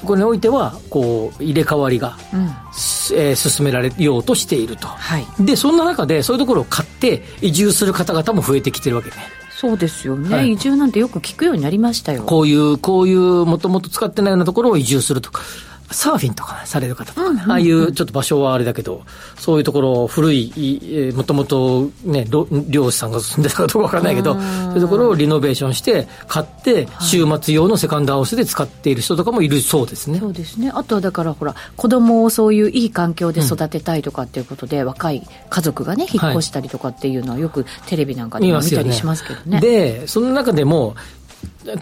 Speaker 2: ところにおいては、こう、入れ替わりが、すえー進められようとしていると。
Speaker 3: はい
Speaker 2: で、そんな中で、そういうところを買って、移住する方々も増えてきてるわけね。
Speaker 3: そうですよね、
Speaker 2: はい
Speaker 3: 移住なんてよく聞くようになりましたよ。
Speaker 2: こういう、こういう、もともと使ってないようなところを移住するとか、サーフィンとかされる方とかね、ああいうちょっと場所はあれだけど、そういうところ、古い、いえーもともとね、ろ漁師さんが住んでたかどうかわからないけど、そういうところをリノベーションして、買って、週末用のセカンドハウスで使っている人とかもいるそうですね。
Speaker 3: そうですね。あとはだからほら、子供をそういういい環境で育てたいとかっていうことで、若い家族がね、引っ越したりとかっていうのはよくテレビなんかで
Speaker 2: 見
Speaker 3: も
Speaker 2: ま
Speaker 3: 見
Speaker 2: すよ
Speaker 3: た
Speaker 2: ね
Speaker 3: りしますけどね。
Speaker 2: で、その中でも、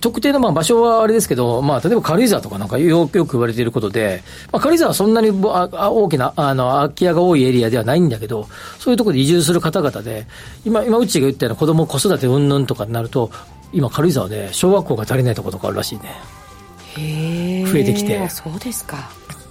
Speaker 2: 特定のまあ場所はあれですけど、まあ、例えば軽井沢とかなんかよくよく言われていることで、まあ、軽井沢はそんなにぼああ大きなあの空き家が多いエリアではないんだけど、そういうところで移住する方々で、今、今うちが言ったような子供子育てうんぬんとかになると、今、軽井沢で小学校が足りないところとかあるらしいね。
Speaker 3: へー
Speaker 2: 増えてきて
Speaker 3: そうですか。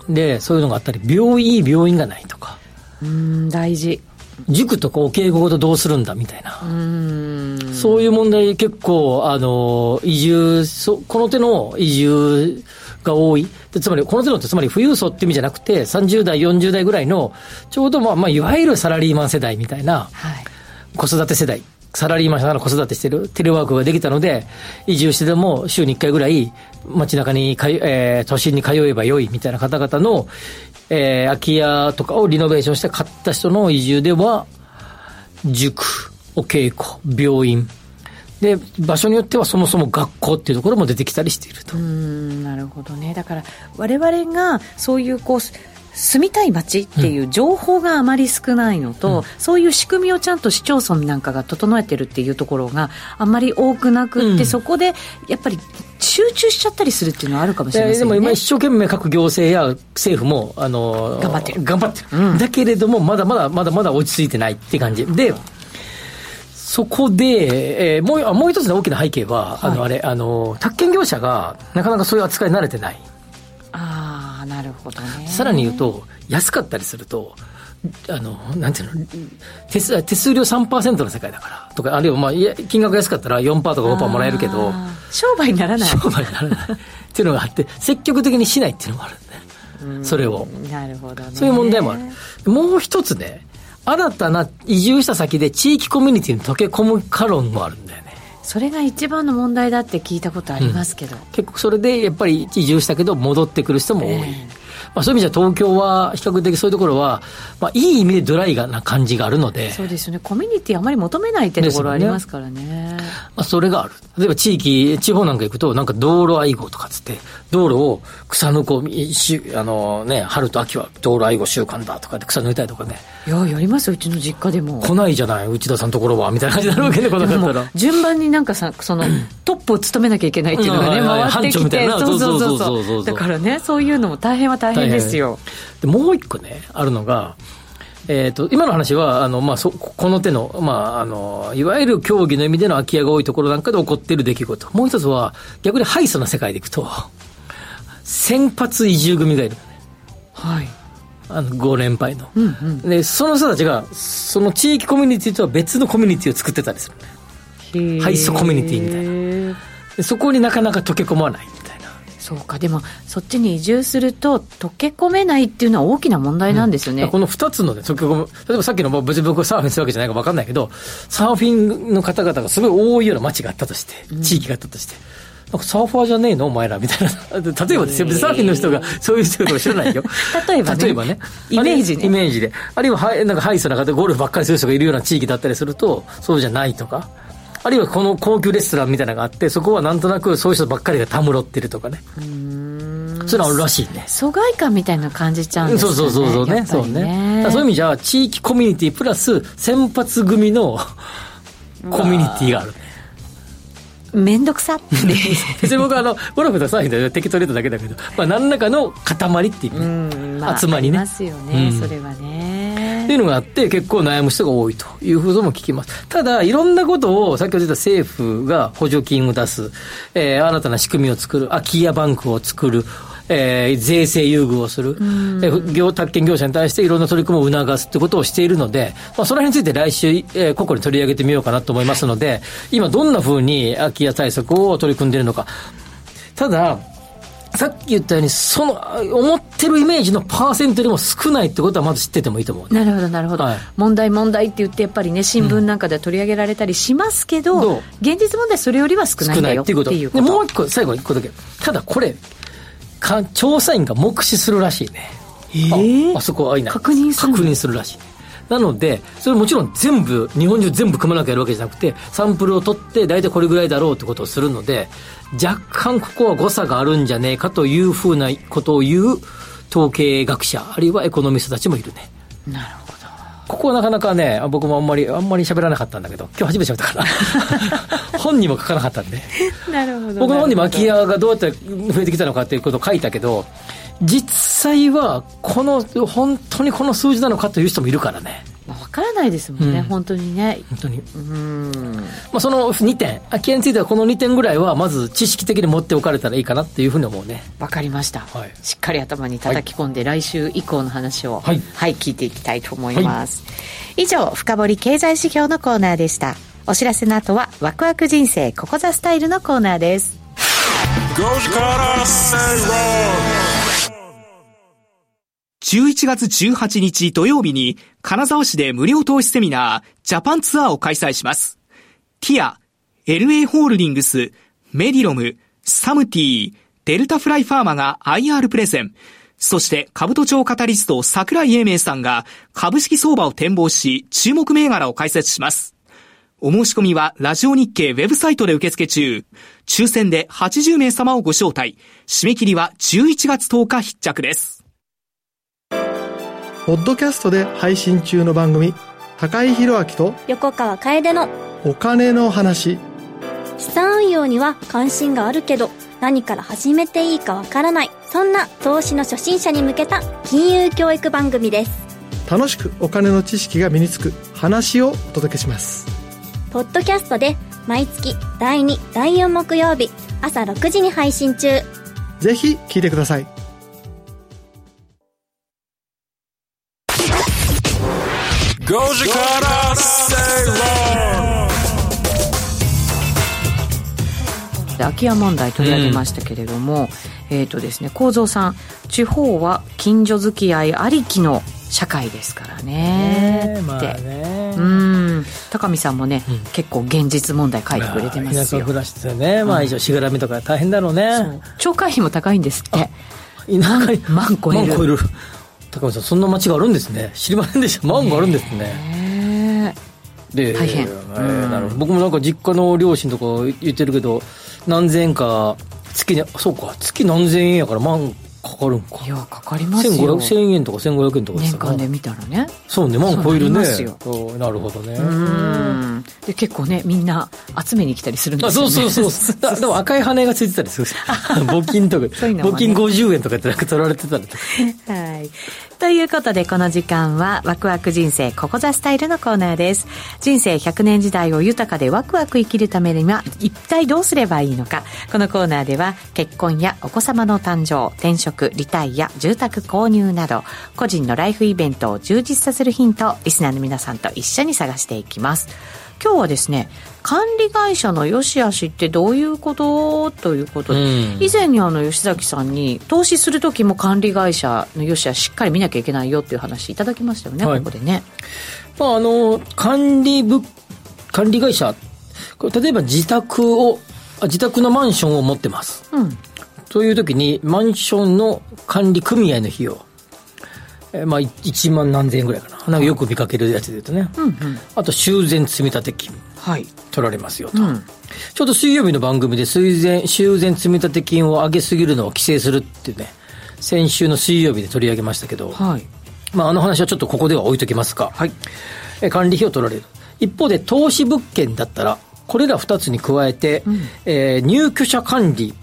Speaker 2: で、そういうのがあったり、病院、いい病院がないとか、
Speaker 3: うん、大事。
Speaker 2: 塾とかお稽古ごとどうするんだみたいな。
Speaker 3: うん。
Speaker 2: そういう問題、結構、あの、移住、そこの手の移住が多い。でつまり、この手のって、つまり富裕層って意味じゃなくて、30代、40代ぐらいの、ちょうど、まあ、まあ、いわゆるサラリーマン世代みたいな、
Speaker 3: はい。
Speaker 2: 子育て世代。サラリーマンさんが子育てしてる、テレワークができたので、移住してでも週に1回ぐらい街中にかい、えー都心に通えばよいみたいな方々の、えー空き家とかをリノベーションして買った人の移住では、塾、お稽古、病院。で、場所によってはそもそも学校っていうところも出てきたりしていると。
Speaker 3: うんなるほどねだから我々がそういうこうす住みたい街っていう情報があまり少ないのと、そういう仕組みをちゃんと市町村なんかが整えてるっていうところがあんまり多くなくって、
Speaker 2: うん
Speaker 3: そこでやっぱり集中しちゃったりするっていうのはあるかもしれま
Speaker 2: えー
Speaker 3: せ
Speaker 2: で
Speaker 3: ん
Speaker 2: も
Speaker 3: ね。
Speaker 2: 今一生懸命各行政や政府も、あのー
Speaker 3: 頑張ってる
Speaker 2: 頑張ってる、だけれどもまだまだまだまだ落ち着いてないって感じでそこで、えーもうあもう一つの大きな背景は、あのあれあのー宅建業者がなかなかそういう扱いに慣れてない
Speaker 3: ああなるほどね
Speaker 2: さらに言うと安かったりするとあのなんていうの手数手数料3%の世界だからとかあるいは、まあ、いや金額が安かったら4%とか5%もらえるけど
Speaker 3: あー商売に ならない
Speaker 2: 商売にならないっていうのがあって積極的にしないっていうのもあるんだよそれを。
Speaker 3: なるほどね
Speaker 2: そういう問題もある。もう一つね、新たな移住した先で地域コミュニティに溶け込むカロンもあるんだよね。
Speaker 3: それが一番の問題だって聞いたことありますけど、
Speaker 2: 結構それでやっぱり移住したけど戻ってくる人も多い。
Speaker 3: ええ
Speaker 2: まあ、そういう意味じゃ東京は比較的そういうところは、まあ、いい意味でドライな感じがあるので、
Speaker 3: そうですよねコミュニティあまり求めないってところありますからね
Speaker 2: まあ、それがある。例えば地域、地方なんか行くと、なんか道路愛護とかつって、道路を草抜こう、しあのね、春と秋は道路愛護週間だとかって草抜いたりとかね、
Speaker 3: いややりますようちの実家でも
Speaker 2: 来ないじゃない、内田さんのところは、みたいな感じになるわけね、この方ら。
Speaker 3: 順番になんかさそのトップを務めなきゃいけないっていうのがね
Speaker 2: うんはいはい
Speaker 3: 回
Speaker 2: 班
Speaker 3: って
Speaker 2: 長み
Speaker 3: き
Speaker 2: たい
Speaker 3: て
Speaker 2: な
Speaker 3: そうそうそう
Speaker 2: そうそうそう
Speaker 3: そ
Speaker 2: そう
Speaker 3: うだからねそういうのも大変は大変ですよ
Speaker 2: でもう一個ねあるのが、えー、と今の話はあの、まあ、そこの手の,、まあ、あのいわゆる競技の意味での空き家が多いところなんかで起こっている出来事もう一つは逆に敗訴な世界でいくと先発移住組がいる
Speaker 3: はい
Speaker 2: あの5連敗の、でその人たちがその地域コミュニティとは別のコミュニティを作ってたりする敗訴コミュニティみたい
Speaker 3: いな
Speaker 2: でそこになかなか溶け込まないみたいな
Speaker 3: そうかでもそっちに移住すると溶け込めないっていうのは大きな問題なんですよね、。
Speaker 2: この2つのね、結局、例えばさっきの、まあ、別に僕はサーフィンするわけじゃないか分かんないけど、サーフィンの方々がすごい多いような街があったとして、地域があったとして、なんかサーファーじゃねえのお前らみたいな。 例えばですよ、別にサーフィンの人がそういう人だとか知らないよ
Speaker 3: 例えばね
Speaker 2: 例えばね。
Speaker 3: イメージね
Speaker 2: あるいはイメージで。あるいは、はいなんかハイスな方、ゴルフばっかりする人がいるような地域だったりすると、そうじゃないとか。あるいはこの高級レストランみたいなのがあって、そこはなんとなくそういう人ばっかりがたむろってるとかね。そういうのあるらしいね。
Speaker 3: 疎外感みたいなの感じちゃうんです
Speaker 2: そう
Speaker 3: よ
Speaker 2: そ
Speaker 3: ね。
Speaker 2: うそうそう
Speaker 3: や
Speaker 2: ね。
Speaker 3: っぱ
Speaker 2: そう
Speaker 3: り
Speaker 2: ね。だからそういう意味じゃ、地域コミュニティプラス先発組のコミュニティがあ る。
Speaker 3: めんど くさっていう。
Speaker 2: 別に僕はあの、ゴルフとサーフィンで適当に言っただけだけど、まあ何らかの塊っていうね、
Speaker 3: うんまあ、
Speaker 2: 集まりね
Speaker 3: ありますよね、
Speaker 2: うん
Speaker 3: それは
Speaker 2: ってい
Speaker 3: ね。
Speaker 2: うのがあって、結構悩む人が多いということも聞きます。ただ、いろんなことを、先ほど言った政府が補助金を出す、えー新たな仕組みを作る、空き家バンクを作る、えー税制優遇をする、えー業、宅建業者に対していろんな取り組みを促すってことをしているので、まあ、その辺について来週、えー個々に取り上げてみようかなと思いますので、今どんな風に空き家対策を取り組んでいるのか。ただ、さっき言ったように、その、あ思ってるイメージのパーセントよりも少ないってことはまず知っててもいいと思う。
Speaker 3: なるほど、なるほど、
Speaker 2: はい
Speaker 3: 問題、問題って言って、やっぱりね、新聞なんかでは取り上げられたりしますけど、
Speaker 2: どう
Speaker 3: 現実問題、それよりは少ない
Speaker 2: 少
Speaker 3: ん
Speaker 2: な
Speaker 3: だ
Speaker 2: い
Speaker 3: よ
Speaker 2: っ
Speaker 3: ってて
Speaker 2: い
Speaker 3: いうう
Speaker 2: こ
Speaker 3: ことと。
Speaker 2: でもう一個最後一個だけただこれか調査員が目視するらしいね
Speaker 3: ー
Speaker 2: ああそこはいない
Speaker 3: 確認するの
Speaker 2: 確認するらしいなのでそれもちろん全部日本中全部くまなくやるわけじゃなくてサンプルを取って大体これぐらいだろうってことをするので若干ここは誤差があるんじゃねえかというふうなことを言う統計学者あるいはエコノミストたちもいるね
Speaker 3: なるほど。
Speaker 2: ここはなかなかね、あ僕もあんまり、あんまり喋らなかったんだけど、今日初めて喋った から。本にも書かなかったんで。
Speaker 3: なるほど。
Speaker 2: 僕の本にも空き家がどうやって増えてきたのかっていうことを書いたけど、実際は、この、本当にこの数字なのかという人もいるからね。
Speaker 3: まあわからないですもんね、
Speaker 2: うん
Speaker 3: 本当にね。
Speaker 2: 本当に。まあ、その2点、空き家についてはこの2点ぐらいは、まず知識的に持っておかれたらいいかなっていうふうに思うね。
Speaker 3: わかりました、
Speaker 2: はい
Speaker 3: しっかり頭に叩き込んで、来週以降の話を、
Speaker 2: は
Speaker 3: はいい、聞いていきたいと思います。以上、深掘り経済指標のコーナーでした。お知らせの後は、ワクワク人生、ここザスタイルのコーナーです。
Speaker 1: 5時から正
Speaker 7: 11月18日土曜日に金沢市で無料投資セミナージャパンツアーを開催します。ティア、LA ホールディングス、メディロム、サムティデルタフライファーマが IR プレゼン、そして株都庁カタリスト桜井英明さんが株式相場を展望し注目銘柄を解説します。お申し込みはラジオ日経ウェブサイトで受付中。抽選で80名様をご招待。締め切りは11月10日必着です。
Speaker 8: ポッドキャストで配信中の番組、高井宏明と
Speaker 4: 横川楓の
Speaker 8: お金の話、
Speaker 4: 資産運用には関心があるけど何から始めていいかわからないそんな投資の初心者に向けた金融教育番組です
Speaker 8: 楽しくお金の知識が身につく話をお届けします。
Speaker 4: ポッドキャストで毎月第2第4木曜日朝6時に配信中
Speaker 8: ぜひ聞いてください。
Speaker 1: 論5時から正論
Speaker 3: で空き家問題取り上げましたけれども、えっ、とですね構造さん地方は近所付き合いありきの社会ですからねって、
Speaker 2: ね
Speaker 3: うん高見さんもね、
Speaker 2: うん
Speaker 3: 結構現実問題書いてくれてます
Speaker 2: 田舎
Speaker 3: よ、
Speaker 2: 暮らしですよね。まあ、以上、しがらみとか大変だろうね。
Speaker 3: そう超会費も高いんですって
Speaker 2: 田舎に
Speaker 3: 万万超える
Speaker 2: 万超える高見さんそんな街があるんですね知りませんでした万があるんですね
Speaker 3: ね
Speaker 2: で
Speaker 3: 大変
Speaker 2: えーなるほど僕もなんか実家の両親とか言ってるけど何千円か月にそうか月何千円やから万かかるんか
Speaker 3: いやかかりますよ
Speaker 2: 1500円とか1500円とか
Speaker 3: 年間
Speaker 2: ね
Speaker 3: で見たらね
Speaker 2: そうね万超えるね
Speaker 3: そうなりま
Speaker 2: そうなるほどね
Speaker 3: うんで結構ねみんな集めに来たりするんで
Speaker 2: あ
Speaker 3: すよ
Speaker 2: そ
Speaker 3: ね
Speaker 2: うそうそう だでも赤い羽がついてたりする募金とか、
Speaker 3: そういうのもね
Speaker 2: 募金50円とかってなんか取られてたりとか
Speaker 3: はい。ということで、この時間は、ワクワク人生、ここザスタイルのコーナーです。人生100年時代を豊かでワクワク生きるためには、一体どうすればいいのか。このコーナーでは、結婚やお子様の誕生、転職、リタイア、住宅購入など、個人のライフイベントを充実させるヒントを、リスナーの皆さんと一緒に探していきます。今日はですね、管理会社の良し悪しってどういうことということで、
Speaker 2: うん
Speaker 3: 以前にあの吉崎さんに投資する時も管理会社の良しはしっかり見なきゃいけないよっていう話いただきましたよね、
Speaker 2: はい
Speaker 3: ここでね
Speaker 2: まあ、あの管理部管理会社これ例えば自宅をあ自宅のマンションを持ってます
Speaker 3: うん
Speaker 2: という時にマンションの管理組合の費用、えーまあ、1万何千円ぐらいかななんかよく見かけるやつで言うとね、
Speaker 3: うんうん
Speaker 2: あと修繕積立金
Speaker 3: はい
Speaker 2: 取られますよと、
Speaker 3: うん
Speaker 2: ちょうど水曜日の番組で水前修繕積立金を上げすぎるのを規制するっていうね先週の水曜日で取り上げましたけど、
Speaker 3: はい
Speaker 2: まあ、あの話はちょっとここでは置いときますか、え管理費を取られる一方で投資物件だったらこれら2つに加えて、えー入居者管理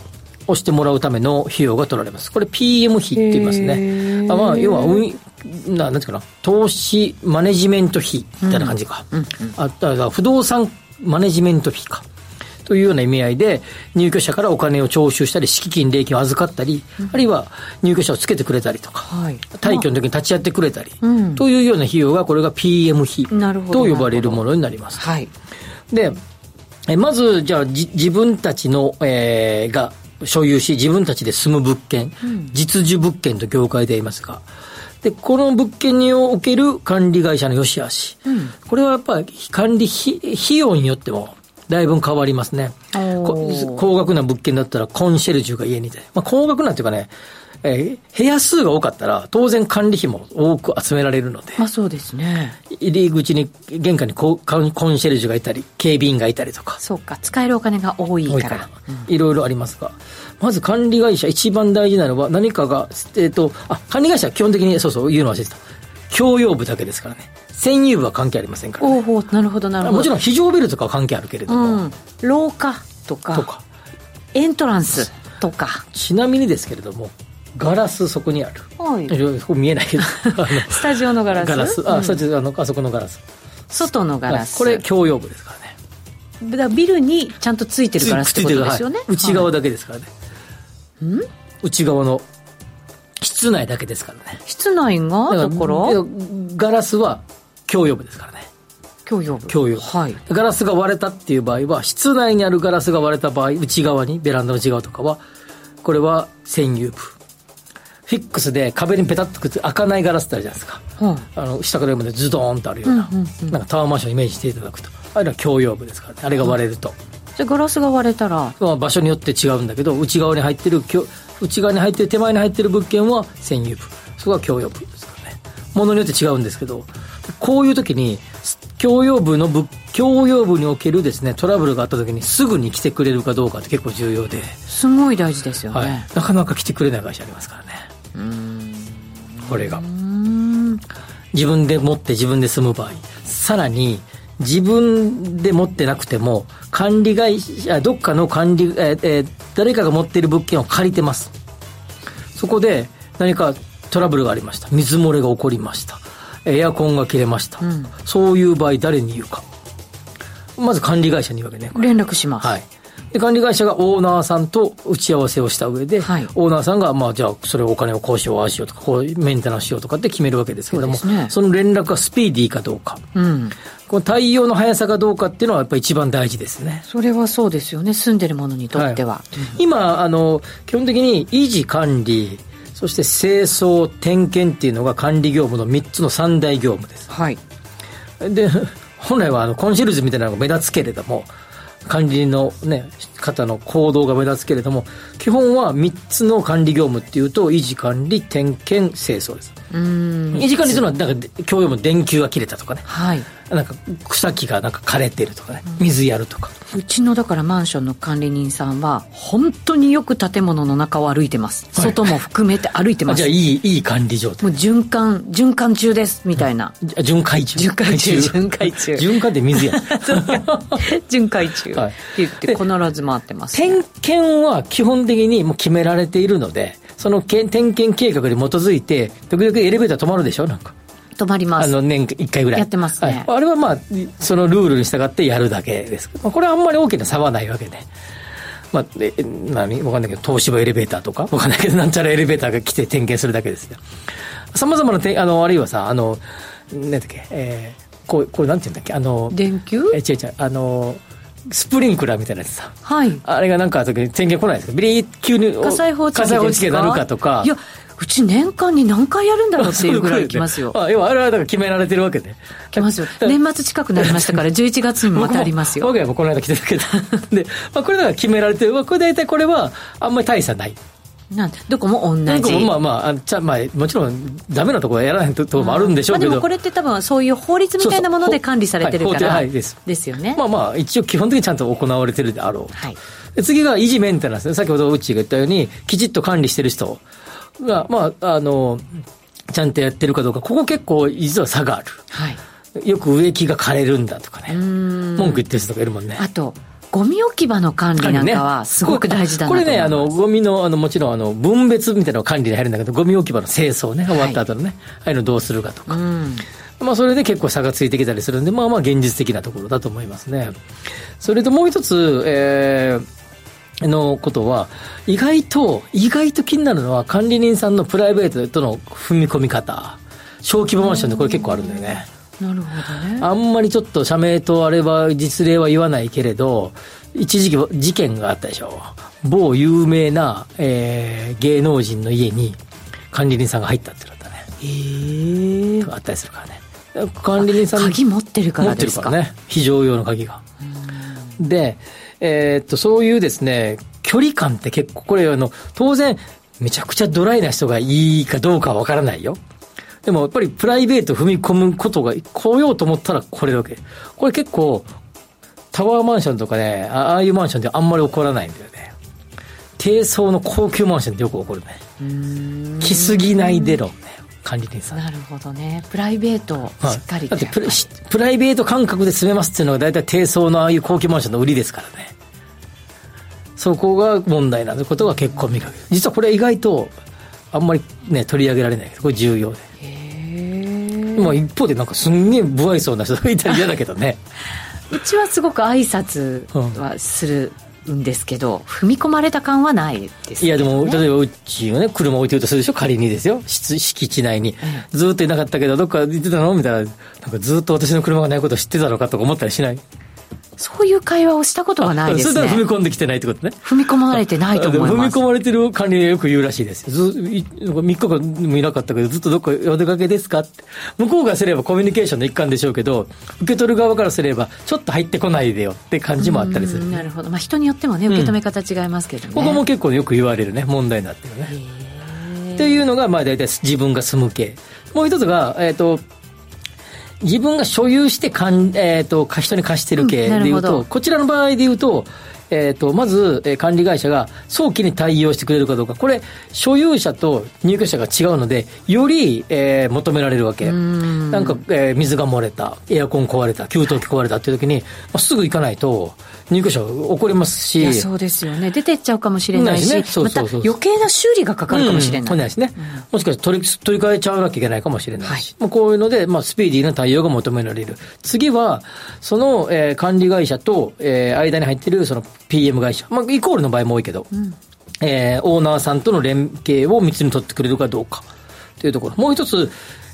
Speaker 2: をしてもらうための費用が取られますこれ PM 費って言いますねあまあ要は運いななんていうかな投資マネジメント費みたいな感じか、あだから不動産マネジメント費かというような意味合いで、入居者からお金を徴収したり、敷金、礼金を預かったり、あるいは入居者をつけてくれたりとか、
Speaker 3: はい
Speaker 2: 退去の時に立ち会ってくれたり、
Speaker 3: うん
Speaker 2: というような費用がこれが PM 費
Speaker 3: なるほ
Speaker 2: と
Speaker 3: ど
Speaker 2: 呼ばれるものになります。
Speaker 3: はい
Speaker 2: で、えまずじゃあじ自分たちの、えーが所有し、自分たちで住む物件、実需物件と業界で言いますが、で、この物件における管理会社の良し悪し、これはやっぱり管理費費用によっても、だいぶ変わりますね。
Speaker 3: おー
Speaker 2: こ高額な物件だったらコンシェルジュが家にいて、まあ、高額なんていうかね、えー部屋数が多かったら当然管理費も多く集められるので、
Speaker 3: まあそうですね
Speaker 2: 入り口に玄関にココンコンシェルジュがいたり警備員がいたりとか
Speaker 3: そうか使えるお金が多い
Speaker 2: 多い
Speaker 3: か
Speaker 2: かららいろいろありますがまず管理会社一番大事なのは何かがえっ、とあ管理会社は基本的にそうそう言うの忘れてた共用部だけですからね専用部は関係ありませんから、
Speaker 3: おおなるほどなるほど
Speaker 2: もちろん非常ベルとかは関係あるけれども、
Speaker 3: うん、廊下とか
Speaker 2: とか
Speaker 3: エントランスとか、
Speaker 2: ちなみにですけれどもガラスそこにある
Speaker 3: はい
Speaker 2: いやここ見えない けどあ
Speaker 3: スタジオのガラ
Speaker 2: の
Speaker 3: ス
Speaker 2: ガラスあ、
Speaker 3: うん
Speaker 2: そうですあのあそこのガラス
Speaker 3: 外のガラス
Speaker 2: これ共用部ですからね
Speaker 3: だからビルにちゃんとついてるガラスってことですよね、
Speaker 2: はい内側
Speaker 3: だ
Speaker 2: だけですからね、内側の室内だけですからね
Speaker 3: 室内が
Speaker 2: だ
Speaker 3: ところ
Speaker 2: ガラスは共用部ですからね
Speaker 3: 共用部
Speaker 2: 共用部
Speaker 3: はい
Speaker 2: ガラスが割れたっていう場合は室内にあるガラスが割れた場合内側にベランダの内側とかはこれは占有部フィックスで壁にペタッとくっつ開かないガラスってあるじゃないですか
Speaker 3: うん
Speaker 2: あの下から上までズドーンとあるような,、なんかタワーマンションをイメージしていただくとあれは共用部ですからねあれが割れると、
Speaker 3: じゃあガラスが割れたら
Speaker 2: まあ、場所によって違うんだけど内側に入ってるきょ内側に入ってる手前に入ってる物件は占有部そこは共用部ですからねものによって違うんですけどこういう時にす共用部の物共用部におけるですねトラブルがあった時にすぐに来てくれるかどうかって結構重要で、
Speaker 3: すごい大事ですよね、
Speaker 2: はいなかなか来てくれない会社ありますからねこれが自分で持って自分で住む場合さらに自分で持ってなくても管理会社あどっかの管理、えーえー誰かが持っている物件を借りてますそこで何かトラブルがありました水漏れが起こりましたエアコンが切れました、そういう場合誰に言うかまず管理会社に言うわけねこれ
Speaker 3: 連絡します、
Speaker 2: はい、で管理会社がオーナーさんと打ち合わせをした上で、
Speaker 3: はい
Speaker 2: オーナーさんが、まあ、じゃあそれをお金をこうしようああしようとかこうメンテナンスしようとかって決めるわけですけども
Speaker 3: そうですね
Speaker 2: の連絡がスピーディーかどうか
Speaker 3: うん、
Speaker 2: この対応の速さかどうかっていうのはやっぱり一番大事ですね。
Speaker 3: それはそうですよね住んでる者にとっては、
Speaker 2: い今あの基本的に維持管理そして清掃点検っていうのが管理業務の3つの三大業務です
Speaker 3: はい
Speaker 2: で 本来はあのコンシェルジュみたいなのが目立つけれども管理の、ね、方の行動が目立つけれども基本は3つの管理業務っていうと維持管理点検清掃です維持管理するのはなんか共用も電球が切れたとかね
Speaker 3: はい
Speaker 2: なんか草木がなんか枯れてるとかね水やるとか
Speaker 3: うちのだからマンションの管理人さんは本当によく建物の中を歩いてます、
Speaker 2: はい
Speaker 3: 外も含めて歩いて
Speaker 2: あ
Speaker 3: ます
Speaker 2: じゃあいいいい管理状態
Speaker 3: もう循環循環中ですみたい な
Speaker 2: じゃあ巡回中
Speaker 3: 巡回中巡回中
Speaker 2: 巡回って水や
Speaker 3: 巡回中って
Speaker 2: はい
Speaker 3: 言って
Speaker 2: で
Speaker 3: 必ず回ってます、
Speaker 2: 点検は基本的にもう決められているのでそのけ点検計画に基づいて時々エレベーター止まるでしょなんか
Speaker 3: 止まりま
Speaker 2: あ
Speaker 3: す
Speaker 2: の年1回ぐらい
Speaker 3: やってますね
Speaker 2: はいあれはまあそのルールに従ってやるだけですまあこれはあんまり大きな差はないわけでまあ、え何わかんないけど、東芝エレベーターとかわかんないけど、なんちゃらエレベーターが来て点検するだけですよ。様々なて、あの、あるいはさ、あの、なんだっけ、えー、こう、これなんて言うんだっけ、あの、
Speaker 3: 電球
Speaker 2: え、違う違う、あの、スプリンクラーみたいなやつさ。
Speaker 3: はい
Speaker 2: あれがなんかあった時に点検来ないですかビリッ急に
Speaker 3: 火災報知器
Speaker 2: 火災報
Speaker 3: で
Speaker 2: 知
Speaker 3: す
Speaker 2: 器
Speaker 3: か
Speaker 2: になるかとか。
Speaker 3: いやうち年間に何回やるんだろうっていうぐらい来ますよ
Speaker 2: そううことであ要はあれはだから決められてるわけで。
Speaker 3: 来ますよ年末近くなりました から11月にもまたあります
Speaker 2: 僕
Speaker 3: よ
Speaker 2: も 我が家もこの間来てたけど。で、まあこれだから決められてる。これ大体これはあんまり大差ない。
Speaker 3: なんどこも同
Speaker 2: なんか
Speaker 3: じ。
Speaker 2: もまあまああちゃ、まあ、もちろんダメなところはやらないところもあるんでしょうけ
Speaker 3: まあ、で
Speaker 2: ど、
Speaker 3: もこれって多分そういう法律みたいなもので管理されてるから。
Speaker 2: そうそうはい法定はいです
Speaker 3: よね。
Speaker 2: まあまあ一応基本的にちゃんと行われてるであろう
Speaker 3: はい。
Speaker 2: で次が維持メンテナンスね。先ほどウッチーが言ったように、きちっと管理してる人が、まあ、あの、ちゃんとやってるかどうか、ここ結構実は差があ
Speaker 3: はい。
Speaker 2: る。よく植木が枯れるんだとかね。文句言ってる人とかいるもんね。
Speaker 3: あと、ゴミ置き場の管理なんかはすごく大事だなと
Speaker 2: こ
Speaker 3: 思い
Speaker 2: れ
Speaker 3: ます。
Speaker 2: ね、あの、ゴミの、あの、もちろん、あの、分別みたいなのが管理に入るんだけど、ゴミ置き場の清掃ね、終わった後のね、ああいうのどうするかとか。
Speaker 3: うん。
Speaker 2: まあ、それで結構差がついてきたりするんで、まあまあ現実的なところだと思いますね。それともう一つ、えーのことは、意外と、意外と気になるのは管理人さんのプライベートとの踏み込み方。小規模マンションでこれ結構あるんだよね。
Speaker 3: なるほどね。
Speaker 2: あんまりちょっと社名とあれは実例は言わないけれど、一時期事件があったでしょう。某有名な、えー芸能人の家に管理人さんが入ったってなったね。
Speaker 3: ええ。
Speaker 2: あったりするからね。管理人さんの
Speaker 3: 鍵持ってるからですか
Speaker 2: 持ってるからね。非常用の鍵が。で、えーっと、そういうですね、距離感って結構、これ、あの、当然、めちゃくちゃドライな人がいいかどうかはわからないよ。でも、やっぱりプライベート踏み込むことが来ようと思ったらこれだけ。これ結構、タワーマンションとかね、あああいうマンションってあんまり起こらないんだよね。低層の高級マンションってよく起こるね。来すぎないでろ、ね、管理人さん。
Speaker 3: なるほどね。プライベートを
Speaker 2: はい
Speaker 3: しっかり
Speaker 2: だ
Speaker 3: と
Speaker 2: ってプラしプライベート感覚で住めますっていうのが大体低層のああいう高級マンションの売りですからねそこが問題なんてことが結構見かける実はこれ意外とあんまりね取り上げられないけどこれ重要でまあ一方でなんかすんげえ不愛想な人がいたら嫌だけどね
Speaker 3: うちはすごく挨拶はするんですけど、踏み込まれた感はないです、
Speaker 2: いやでも例えばうちをね車置いてるとするでしょ仮にですよ室敷地内にずーっといなかったけどどっか行ってたのみたいななんかずーっと私の車がないこと知ってたのかとか思ったりしない
Speaker 3: そういう会話をしたことがないで
Speaker 2: そ
Speaker 3: す
Speaker 2: れ
Speaker 3: ね
Speaker 2: なら踏み込んできてないってことね
Speaker 3: 踏み込まれてないと思いま
Speaker 2: 踏
Speaker 3: す
Speaker 2: み込まれてる管理でよく言うらしいですよ。ず、い3日間もいなかったけど、ずっとどっかお出かけですかって。向こうがすればコミュニケーションの一環でしょうけど、受け取る側からすれば、ちょっと入ってこないでよって感じもあったりする。
Speaker 3: なるほど、まあ、人によってもね受け止め方違いますけどね、
Speaker 2: ここも結構よく言われるね、問題になってるね。っていうのが、まあ大体自分が住む系。もう一つが、えっ、と、自分が所有してかん、えっ、と、貸人に貸してる系
Speaker 3: うんな
Speaker 2: で
Speaker 3: る
Speaker 2: 言
Speaker 3: ほ
Speaker 2: う
Speaker 3: ど
Speaker 2: と、こちらの場合で言うと、えっ、と、まず、えー管理会社が早期に対応してくれるかどうか、これ、所有者と入居者が違うので、より、えー求められるわけ。なんか、えー水が漏れた、エアコン壊れた、給湯器壊れたっていう時に、まあすぐ行かないと、入居者怒りますし、
Speaker 3: いやそうですよね出てっちゃうかもしれないし
Speaker 2: ないしねそうそうそう
Speaker 3: また余計な修理がかかるかもしれない、
Speaker 2: うんしね、もしかして取り取り替えちゃわなきゃいけないかもしれないし、もうこういうので、まあ、スピーディーな対応が求められる。次は、その、えー管理会社と、えー間に入ってるその PM 会社、まあ、イコールの場合も多いけど、えーオーナーさんとの連携を密に取ってくれるかどうかというところ。もう一つ、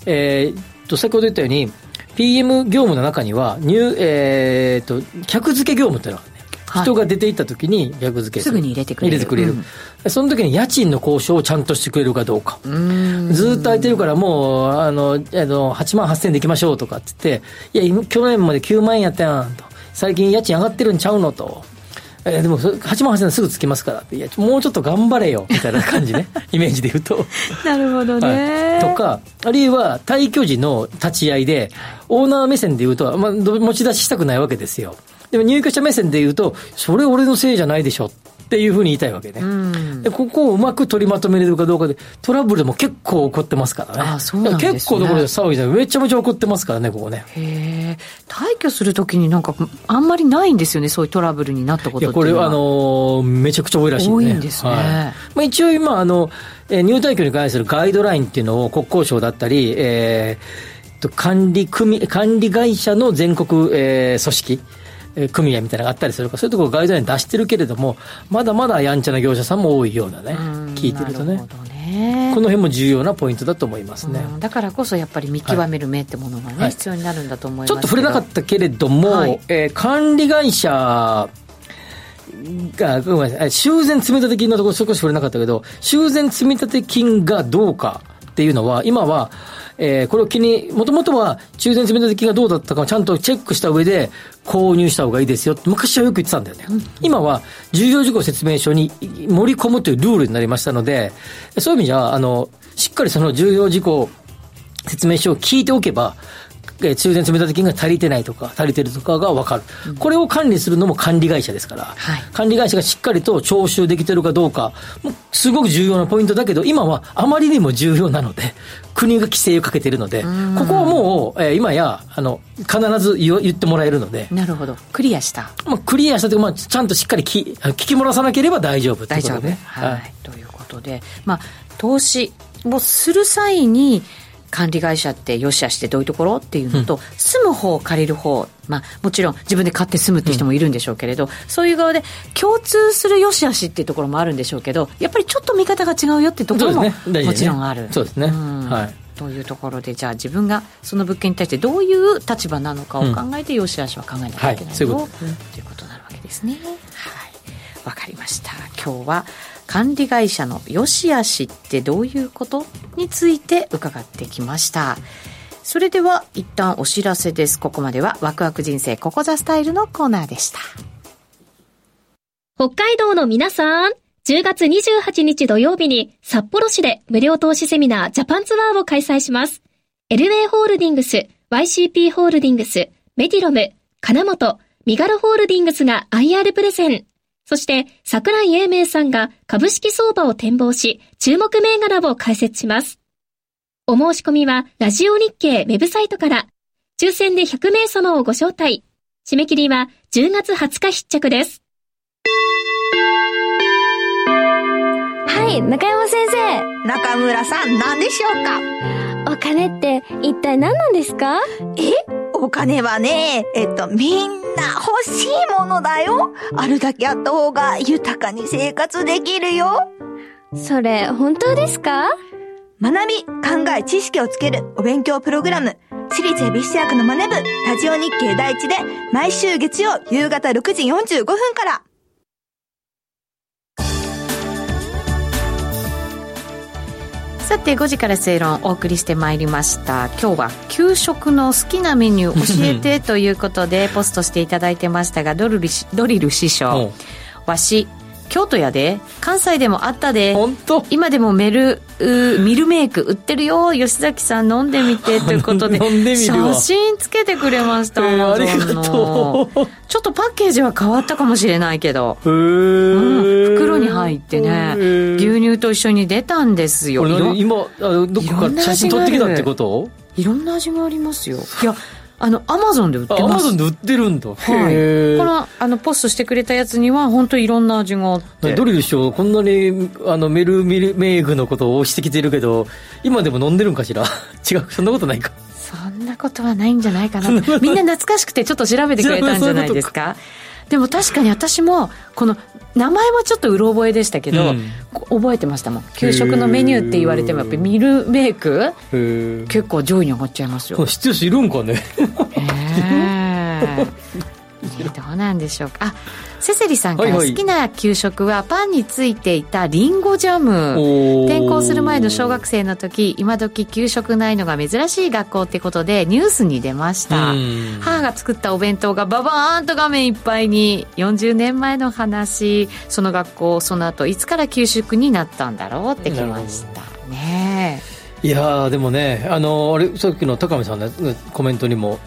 Speaker 2: えーっと、先ほど言ったように、PM 業務の中には、入、えーっと、客付け業務っていうのがあるね。
Speaker 3: はい
Speaker 2: 人が出ていった時に客付け
Speaker 3: すぐに入れてくれる
Speaker 2: 入れてくれる。その時に家賃の交渉をちゃんとしてくれるかどうか。ずっと空いてるからもう、あの、あの8万8000円で行きましょうとかって言って、いや、今去年まで9万円やったやんと。最近家賃上がってるんちゃうのと。えーでも、そ8万8000円すぐつきますからって。いや、ちょもうちょっと頑張れよ。みたいな感 じね。イメージで言うと。
Speaker 3: なるほどね、
Speaker 2: はいとか、あるいは退去時の立ち会いで、オーナー目線で言うと、まあ、ど持ち出ししたくないわけですよ。でも入居者目線で言うと、それ俺のせいじゃないでしょっていうふうに言いたいわけね。でここをうまく取りまとめれるかどうかで、トラブルも結構起こってますからね。
Speaker 3: あそうなんですね
Speaker 2: 結構どころで騒ぎじゃない。めちゃめちゃ起こってますからね、ここね。
Speaker 3: へえ退去するときになんかあんまりないんですよねそういうトラブルになったこ
Speaker 2: い
Speaker 3: と
Speaker 2: や、
Speaker 3: って
Speaker 2: こ
Speaker 3: い
Speaker 2: れ
Speaker 3: うの
Speaker 2: は
Speaker 3: は
Speaker 2: あのーめちゃくちゃ多いらしいね。
Speaker 3: 多いんですね
Speaker 2: はいまあ、一応今、あの、えー入退去に関するガイドラインっていうのを国交省だったり、えーえっと管理組、管理会社の全国、えー組織、えー組合みたいなのがあったりするから、そういうところガイドライン出してるけれども、まだまだやんちゃな業者さんも多いようなね、聞いてるとね
Speaker 3: なるほ。どね
Speaker 2: この辺も重要なポイントだと思いますね。
Speaker 3: うんだからこそやっぱり見極める目ってものがね、
Speaker 2: はい
Speaker 3: 必要になるんだと思います
Speaker 2: ちょっと触れなかったたけれども、
Speaker 3: はい
Speaker 2: えー管理会社が、ごめんなさい、修繕積立金のところ少し触れなかったけど、修繕積立金がどうかっていうのは、今は、えーこれを気に、もともとは中禅爪先がどうだったかをちゃんとチェックした上で購入した方がいいですよって昔はよく言ってたんだよね。今は重要事項説明書に盛り込むというルールになりましたので、そういう意味じゃ、あの、しっかりその重要事項説明書を聞いておけば、えー中禅積立金が足りてないとか、足りてるとかが分かる、これを管理するのも管理会社ですから、
Speaker 3: はい
Speaker 2: 管理会社がしっかりと徴収できてるかどうか、もうすごく重要なポイントだけど、今はあまりにも重要なので、国が規制をかけてるので、ここはもう、えー今やあの必ず言わ言ってもらえるので、
Speaker 3: なるほどクリアした
Speaker 2: まあ、クリアしたというか、まあ、ちゃんとしっかりき聞き漏らさなければ大丈夫とい
Speaker 3: 大
Speaker 2: うこと
Speaker 3: 丈
Speaker 2: で
Speaker 3: 夫、
Speaker 2: ね。
Speaker 3: はい、ということで、まあ、投資をする際に管理会社ってよしあしってどういうところっていうのと、住む方借りる方、まあ、もちろん自分で買って住むって人もいるんでしょうけれど、そういう側で共通するよしあしっていうところもあるんでしょうけどやっぱりちょっと見方が違うよっていうところ
Speaker 2: そう
Speaker 3: も、
Speaker 2: ですね大事ですね
Speaker 3: もちろんある
Speaker 2: そうですね
Speaker 3: ん
Speaker 2: はい
Speaker 3: というところでじゃあ自分がその物件に対してどういう立場なのかを考えて、よしあしは考えなきゃいけないよ、
Speaker 2: はいそういうことですね
Speaker 3: ということになるわけですね。はい、わかりました。今日は管理会社の良し悪しってどういうことについて伺ってきました。それでは一旦お知らせです。ここまではワクワク人生ここザスタイルのコーナーでした。
Speaker 4: 北海道の皆さん、10月28日土曜日に札幌市で無料投資セミナージャパンツアーを開催します。エルウェイホールディングス、YCP ホールディングス、メディロム、金本、ミガロホールディングスが IR プレゼン。そして、桜井英明さんが株式相場を展望し、注目銘柄を解説します。お申し込みは、ラジオ日経ウェブサイトから、抽選で100名様をご招待。締め切りは10月20日必着です。
Speaker 9: はい、中山先生。
Speaker 10: 中村さん、何でしょうか
Speaker 9: お金って一体何なんですか
Speaker 10: お金はね、えっと、みんな欲しいものだよ。あるだけあった方が豊かに生活できるよ。
Speaker 9: それ、本当ですか
Speaker 10: 学び、考え、知識をつけるお勉強プログラム。私立恵比寿役のマネ部、ラジオ日経第一で、毎週月曜夕方6時45分から。
Speaker 3: さて5時から正論お送りしてまいりました今日は給食の好きなメニュー教えてというこ とでポストしていただいてましたがドルリしドリル師
Speaker 2: は
Speaker 3: 匠
Speaker 2: い
Speaker 3: わし京都やで関西でもあった
Speaker 2: うん
Speaker 3: で
Speaker 2: 本当
Speaker 3: 今でもメルうミルメイク売ってるよ吉崎さん飲んでみてということで
Speaker 2: 飲んでみるわ
Speaker 3: 写真つけてくれました、
Speaker 2: えーあり
Speaker 3: Amazon
Speaker 2: が
Speaker 3: の
Speaker 2: とう。
Speaker 3: ちょっとパッケージは変わったかもしれないけど
Speaker 2: へー
Speaker 3: うん袋に入ってね
Speaker 2: へー
Speaker 3: 牛乳と一緒に出たんですよ
Speaker 2: これ
Speaker 3: 色
Speaker 2: 何今あのどっかから写真撮ってきたってこと
Speaker 3: いろんな味がありますよいやあのアマゾンで売っ
Speaker 2: あ
Speaker 3: て
Speaker 2: ア
Speaker 3: ま
Speaker 2: マゾ
Speaker 3: す
Speaker 2: ンで売ってるんだ、
Speaker 3: はい
Speaker 2: へ
Speaker 3: こ
Speaker 2: ー
Speaker 3: のあのポストしてくれたやつには本当いろんな味があって
Speaker 2: ドリル師匠こんなにあのメルミルメイクのことを推してきてるけど今でも飲んでるんかしら 違うそんなことないか
Speaker 3: そんなことはないんじゃないか なとみんな懐かしくてちょっと調べてくれたんじゃないですかでも確かに私もこの名前はちょっとうろ覚えでしたけど、
Speaker 2: うん
Speaker 3: こう覚えてましたもん給食のメニューって言われてもやっぱりミルメイク
Speaker 2: へー
Speaker 3: 結構上位に上がっちゃいますよ
Speaker 2: この知ってる人いるんか ね
Speaker 3: ねえ どうなんでしょうかあセセリさんから
Speaker 2: はいはい
Speaker 3: 好きな給食はパンについていたリンゴジャム、
Speaker 2: おー
Speaker 3: 転校する前の小学生の時今時給食ないのが珍しい学校ってことでニュースに出ました
Speaker 2: うん
Speaker 3: 母が作ったお弁当がババーンと画面いっぱいに40年前の話その学校その後いつから給食になったんだろうってきましたねえ
Speaker 2: いやーでもねあのあれさっきの高見さんのコメントにも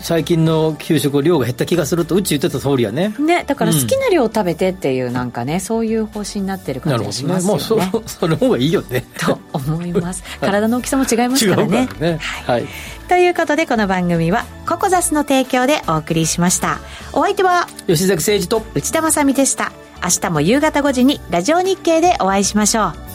Speaker 2: 最近の給食量が減った気がするとうち言ってた通りやね
Speaker 3: ね、だから
Speaker 2: うん
Speaker 3: 好きな量を食べてっていうなんかね、そういう方針になってる
Speaker 2: な
Speaker 3: 感
Speaker 2: る
Speaker 3: じ
Speaker 2: ほ
Speaker 3: がし
Speaker 2: ど
Speaker 3: ま
Speaker 2: ね
Speaker 3: す
Speaker 2: も
Speaker 3: よ
Speaker 2: うそ
Speaker 3: ね。
Speaker 2: それの方がいいよね
Speaker 3: と思 います。体の大きさも違います
Speaker 2: 違う
Speaker 3: か
Speaker 2: から
Speaker 3: ね。
Speaker 2: らねはい、
Speaker 3: ということでこの番組はココザスの提供でお送りしました。お相手は
Speaker 2: 吉崎誠二と
Speaker 3: 内田まさみでした。明日も夕方5時にラジオ日経でお会いしましょう。